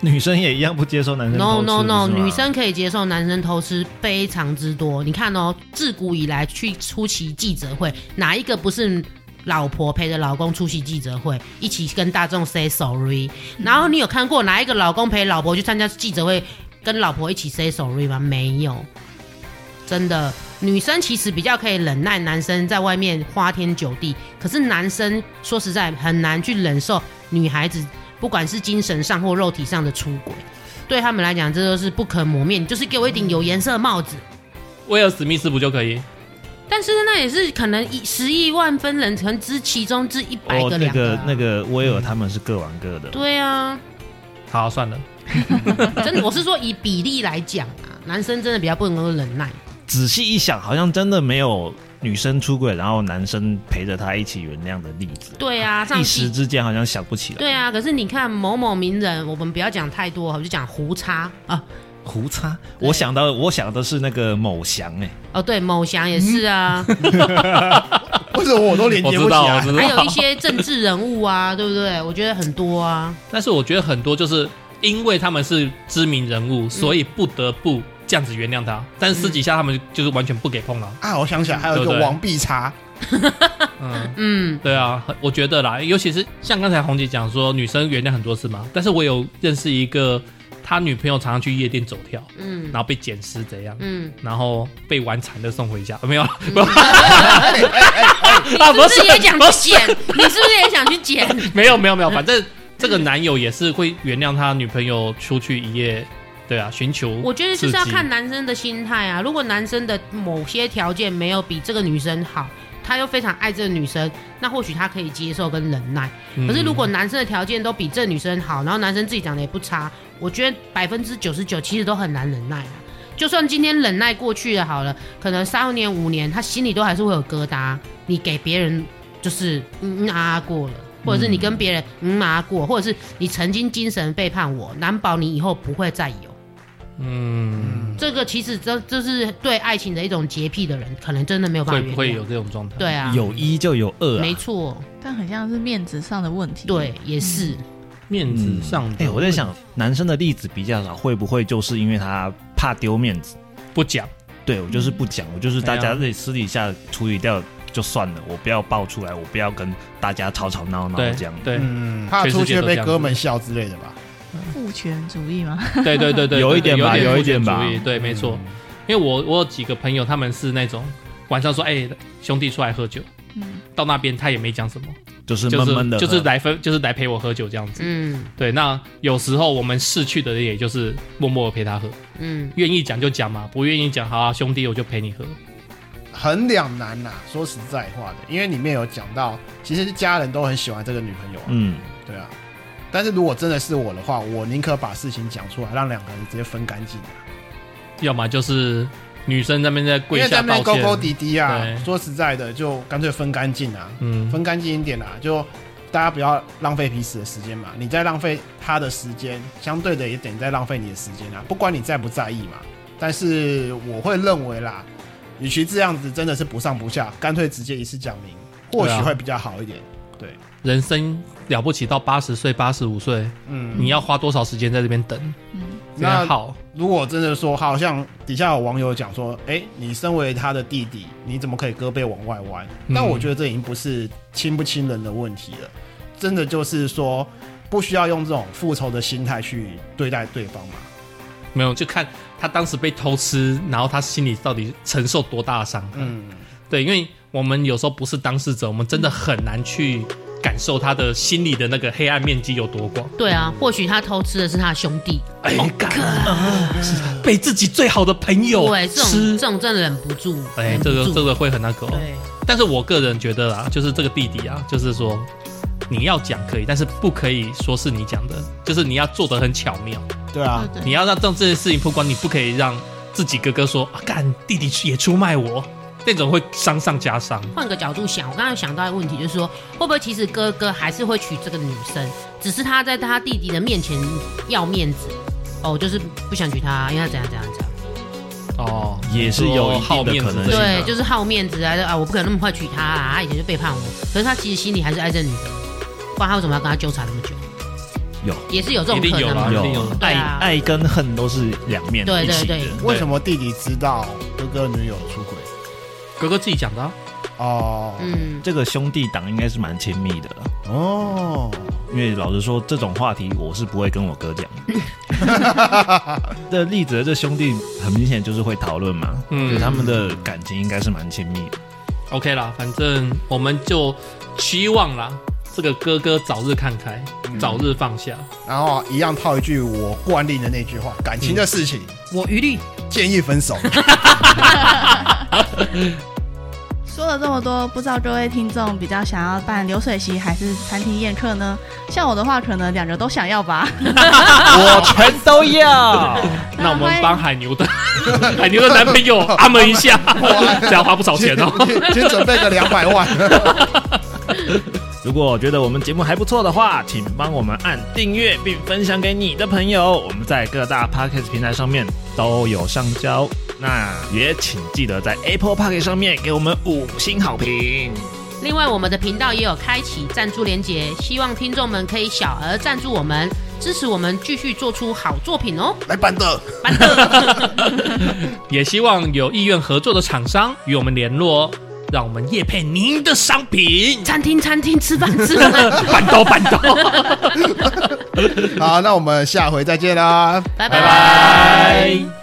Speaker 1: 女生也一样不接受男生
Speaker 4: no
Speaker 1: 偷吃
Speaker 4: no no，
Speaker 1: 不是吗
Speaker 4: 女生可以接受男生偷吃非常之多。你看哦，自古以来去出席记者会，哪一个不是？老婆陪着老公出席记者会，一起跟大众 say sorry。然后你有看过哪一个老公陪老婆去参加记者会，跟老婆一起 say sorry 吗？没有，真的。女生其实比较可以忍耐男生在外面花天酒地，可是男生说实在很难去忍受女孩子不管是精神上或肉体上的出轨，对他们来讲，这都是不可磨灭。你就是给我一顶有颜色的帽子，
Speaker 5: 威尔史密斯不就可以？
Speaker 4: 但是那也是可能一十亿万分人，可能之其中之一百
Speaker 1: 哦那
Speaker 4: 个，两
Speaker 1: 个
Speaker 4: 啊
Speaker 1: 那个威尔他们是各玩各的，
Speaker 4: 对啊，
Speaker 5: 好，算了，
Speaker 4: 真的，我是说以比例来讲 啊，男生真的比较不能够忍耐。
Speaker 1: 仔细一想，好像真的没有女生出轨，然后男生陪着她一起原谅的例子。
Speaker 4: 对啊，上
Speaker 1: 一
Speaker 4: 期
Speaker 1: 时之间好像想不起来。
Speaker 4: 对啊，可是你看某某名人，我们不要讲太多，我就讲胡叉啊，
Speaker 1: 胡擦，
Speaker 4: 对
Speaker 1: 我想到我想的是那个某翔哎、
Speaker 4: 哦对，某翔也是啊，
Speaker 1: 嗯
Speaker 2: 为什么我都连
Speaker 5: 我
Speaker 2: 接
Speaker 5: 知
Speaker 2: 不起
Speaker 5: 道，我
Speaker 2: 来？
Speaker 5: 知
Speaker 4: 还有一
Speaker 5: 道。
Speaker 4: 些政治人物啊， 对不对？我觉得很多啊，
Speaker 5: 但是我觉得很多就是因为他们是知名人物，所以不得不这样子原谅他，但是私底下他们就是完全不给碰了。
Speaker 2: 啊，我想起来，还有一
Speaker 5: 对
Speaker 2: 个
Speaker 5: 不对
Speaker 2: 王必茶，
Speaker 5: 嗯。
Speaker 4: 嗯，
Speaker 5: 对啊，我觉得啦，尤其是像刚才红姐讲说，女生原谅很多次嘛，但是我有认识一个，他女朋友常常去夜店走跳，
Speaker 4: 嗯
Speaker 5: 然后被捡尸怎样，
Speaker 4: 嗯，
Speaker 5: 然后被玩惨的送回家，没 有啦，没有啦，
Speaker 2: 哎
Speaker 4: 你是不
Speaker 5: 不
Speaker 4: 是
Speaker 5: 是
Speaker 4: 也想
Speaker 5: 不
Speaker 4: 去
Speaker 5: 是
Speaker 4: 捡？你是不是也想去捡？
Speaker 5: 没有，没有，没有，反正这个男友也是会原谅他女朋友出去一夜，对啊，寻求
Speaker 4: 我觉得就是要
Speaker 5: 刺激
Speaker 4: 看男生的心态啊。如果男生的某些条件没有比这个女生好，他又非常爱这个女生，那或许他可以接受跟忍耐。
Speaker 5: 嗯
Speaker 4: 可是如果男生的条件都比这女生好，然后男生自己长得也不差，我觉得百分之九十九其实都很难忍耐啊。就算今天忍耐过去了，好了，可能三年五年，他心里都还是会有疙瘩。啊你给别人就是嗯嗯啊啊过了，或者是你跟别人嗯啊啊过，或者是你曾经精神背叛我，难保你以后不会再有。
Speaker 5: 嗯，
Speaker 4: 这个其实这这是对爱情的一种洁癖的人，可能真的没有办法
Speaker 5: 会
Speaker 4: 原谅
Speaker 5: 不会有这种状态？
Speaker 4: 对啊，
Speaker 1: 有一就有二啊
Speaker 4: 没。错，
Speaker 3: 但很像是面子上的问题。
Speaker 4: 对，也是。
Speaker 5: 面子上的，
Speaker 1: 哎、我在想，男生的例子比较少，会不会就是因为他怕丢面子？
Speaker 5: 不讲，
Speaker 1: 对我就是不讲，我就是大
Speaker 5: 哎
Speaker 1: 家
Speaker 5: 呀
Speaker 1: 自己私底下处理掉就算了，我不要爆出来，我不要跟大家吵吵闹闹
Speaker 5: 对
Speaker 1: 这样。
Speaker 5: 对
Speaker 2: 嗯，怕出去被哥们笑之类的吧？
Speaker 3: 父权主义嘛，
Speaker 5: 对对对对，
Speaker 1: 有一点吧
Speaker 5: 有
Speaker 1: 有一点吧
Speaker 5: 父权主义对，没错。因为我我有几个朋友，他们是那种晚上说，哎，兄弟出来喝酒，
Speaker 3: 嗯，
Speaker 5: 到那边他也没讲什么，
Speaker 1: 就是
Speaker 5: 就
Speaker 1: 闷
Speaker 5: 是
Speaker 1: 闷的，
Speaker 5: 就是来分，就是来陪我喝酒这样子。
Speaker 4: 嗯
Speaker 5: 对，那有时候我们逝去的人也就是默默的陪他喝，
Speaker 4: 嗯，
Speaker 5: 愿意讲就讲嘛，不愿意讲，好啊，兄弟，我就陪你喝。
Speaker 2: 很两难呐、说实在话的，因为里面有讲到，其实家人都很喜欢这个女朋友、啊，
Speaker 1: 嗯，
Speaker 2: 对啊。但是如果真的是我的话，我宁可把事情讲出来，让两个人直接分干净、啊，
Speaker 5: 要么就是女生那边在
Speaker 2: 因
Speaker 5: 跪
Speaker 2: 为在
Speaker 5: 下
Speaker 2: 那
Speaker 5: 道
Speaker 2: 边勾
Speaker 5: 歉，
Speaker 2: 勾滴滴啊
Speaker 5: 对。
Speaker 2: 说实在的，就干脆分干净啊，
Speaker 5: 嗯，
Speaker 2: 分干净一点啦、就大家不要浪费彼此的时间嘛。你在浪费他的时间，相对的也等于在浪费你的时间啊啦。不管你在不在意嘛，但是我会认为啦，与其这样子真的是不上不下，干脆直接一次讲明，或
Speaker 5: 对
Speaker 2: 许
Speaker 5: 啊
Speaker 2: 会比较好一点。
Speaker 5: 人生了不起到八十岁、八十五岁，
Speaker 2: 嗯，
Speaker 5: 你要花多少时间在这边等？
Speaker 3: 嗯，
Speaker 5: 这样
Speaker 2: 那
Speaker 5: 好，
Speaker 2: 如果真的说，好像底下有网友讲说，哎、你身为他的弟弟，你怎么可以胳膊往外弯？
Speaker 5: 嗯
Speaker 2: 但我觉得这已经不是亲不亲人的问题了，真的就是说，不需要用这种复仇的心态去对待对方嘛。
Speaker 5: 没有就看他当时被偷吃，然后他心里到底承受多大的伤害。
Speaker 2: 嗯，
Speaker 5: 对，因为我们有时候不是当事者，我们真的很难去感受他的心里的那个黑暗面积有多广。
Speaker 4: 对啊，或许他偷吃的是他的兄弟，
Speaker 5: 哎，感啊，是被自己最好的朋友
Speaker 4: 对，哎这种
Speaker 5: 吃
Speaker 4: 这，种真的忍不住，
Speaker 5: 哎，
Speaker 4: 忍
Speaker 5: 这个
Speaker 4: 不住
Speaker 5: 这个会很那个哦。
Speaker 4: 对，
Speaker 5: 但是我个人觉得啊，就是这个弟弟啊，就是说你要讲可以，但是不可以说是你讲的，就是你要做的很巧妙，
Speaker 2: 对啊，
Speaker 3: 对
Speaker 5: 你
Speaker 3: 对，
Speaker 5: 要让让这件事情曝光，你不可以让自己哥哥说啊，干弟弟也出卖我，那种会伤上加伤。
Speaker 4: 换个角度想，我刚才想到的问题就是说，会不会其实哥哥还是会娶这个女生，只是他在他弟弟的面前要面子，哦，就是不想娶她，因为他怎样怎样怎样，
Speaker 5: 哦，
Speaker 1: 也是有一
Speaker 5: 好
Speaker 1: 定的
Speaker 5: 面
Speaker 1: 可
Speaker 5: 子
Speaker 1: 能性、啊。
Speaker 4: 对，就是好面子啊，就啊，我不可能那么快娶她啊，他以前就背叛我，可是他其实心里还是爱这女的，不然他为什么要跟他纠缠那么久？
Speaker 1: 有，
Speaker 4: 也是有这种
Speaker 5: 一定
Speaker 4: 可
Speaker 5: 有
Speaker 4: 能
Speaker 5: 啦，
Speaker 4: 嘛
Speaker 5: 一
Speaker 1: 有
Speaker 5: 定有啦。
Speaker 4: 对
Speaker 1: 爱、
Speaker 4: 啊
Speaker 1: 爱跟恨都是两面
Speaker 4: 对
Speaker 1: 一
Speaker 4: 对
Speaker 1: 起的。
Speaker 4: 对
Speaker 2: 为什么弟弟知道哥哥女友出轨？
Speaker 5: 哥哥自己讲的啊、
Speaker 2: 哦，
Speaker 4: 嗯，
Speaker 1: 这个兄弟党应该是蛮亲密的了，
Speaker 2: 哦，
Speaker 1: 因为老实说，这种话题我是不会跟我哥讲 的。这例子的这兄弟很明显就是会讨论嘛，
Speaker 5: 嗯
Speaker 1: 嗯，他们的感情应该是蛮亲密的。
Speaker 5: OK 啦，反正我们就期望啦，这个哥哥早日看开，
Speaker 1: 嗯
Speaker 5: 早日放下。
Speaker 2: 然后啊一样套一句我惯例的那句话：感情的事情、
Speaker 4: 我余力，
Speaker 2: 建议分手。
Speaker 3: 说了这么多，不知道各位听众比较想要办流水席还是餐厅宴客呢？像我的话，可能两个都想要吧。
Speaker 1: 我全都要。
Speaker 5: 那我们帮海牛的海牛的男朋友阿门一下，这样花不少钱哦。
Speaker 2: 先先准备个两百万。
Speaker 1: 如果觉得我们节目还不错的话，请帮我们按订阅并分享给你的朋友。我们在各大 podcast 平台上面都有上交哦，那也请记得在 Apple Podcast 上面给我们五星好评。
Speaker 4: 另外，我们的频道也有开启赞助连结，希望听众们可以小额赞助我们，支持我们继续做出好作品哦。
Speaker 2: 来板凳，
Speaker 4: 班特，
Speaker 5: 也希望有意愿合作的厂商与我们联络哦，让我们夜配您的商品。
Speaker 4: 餐厅餐厅吃饭吃 饭，
Speaker 5: 板刀板刀，
Speaker 2: 好，那我们下回再见啦，
Speaker 4: 拜拜。
Speaker 5: 拜拜。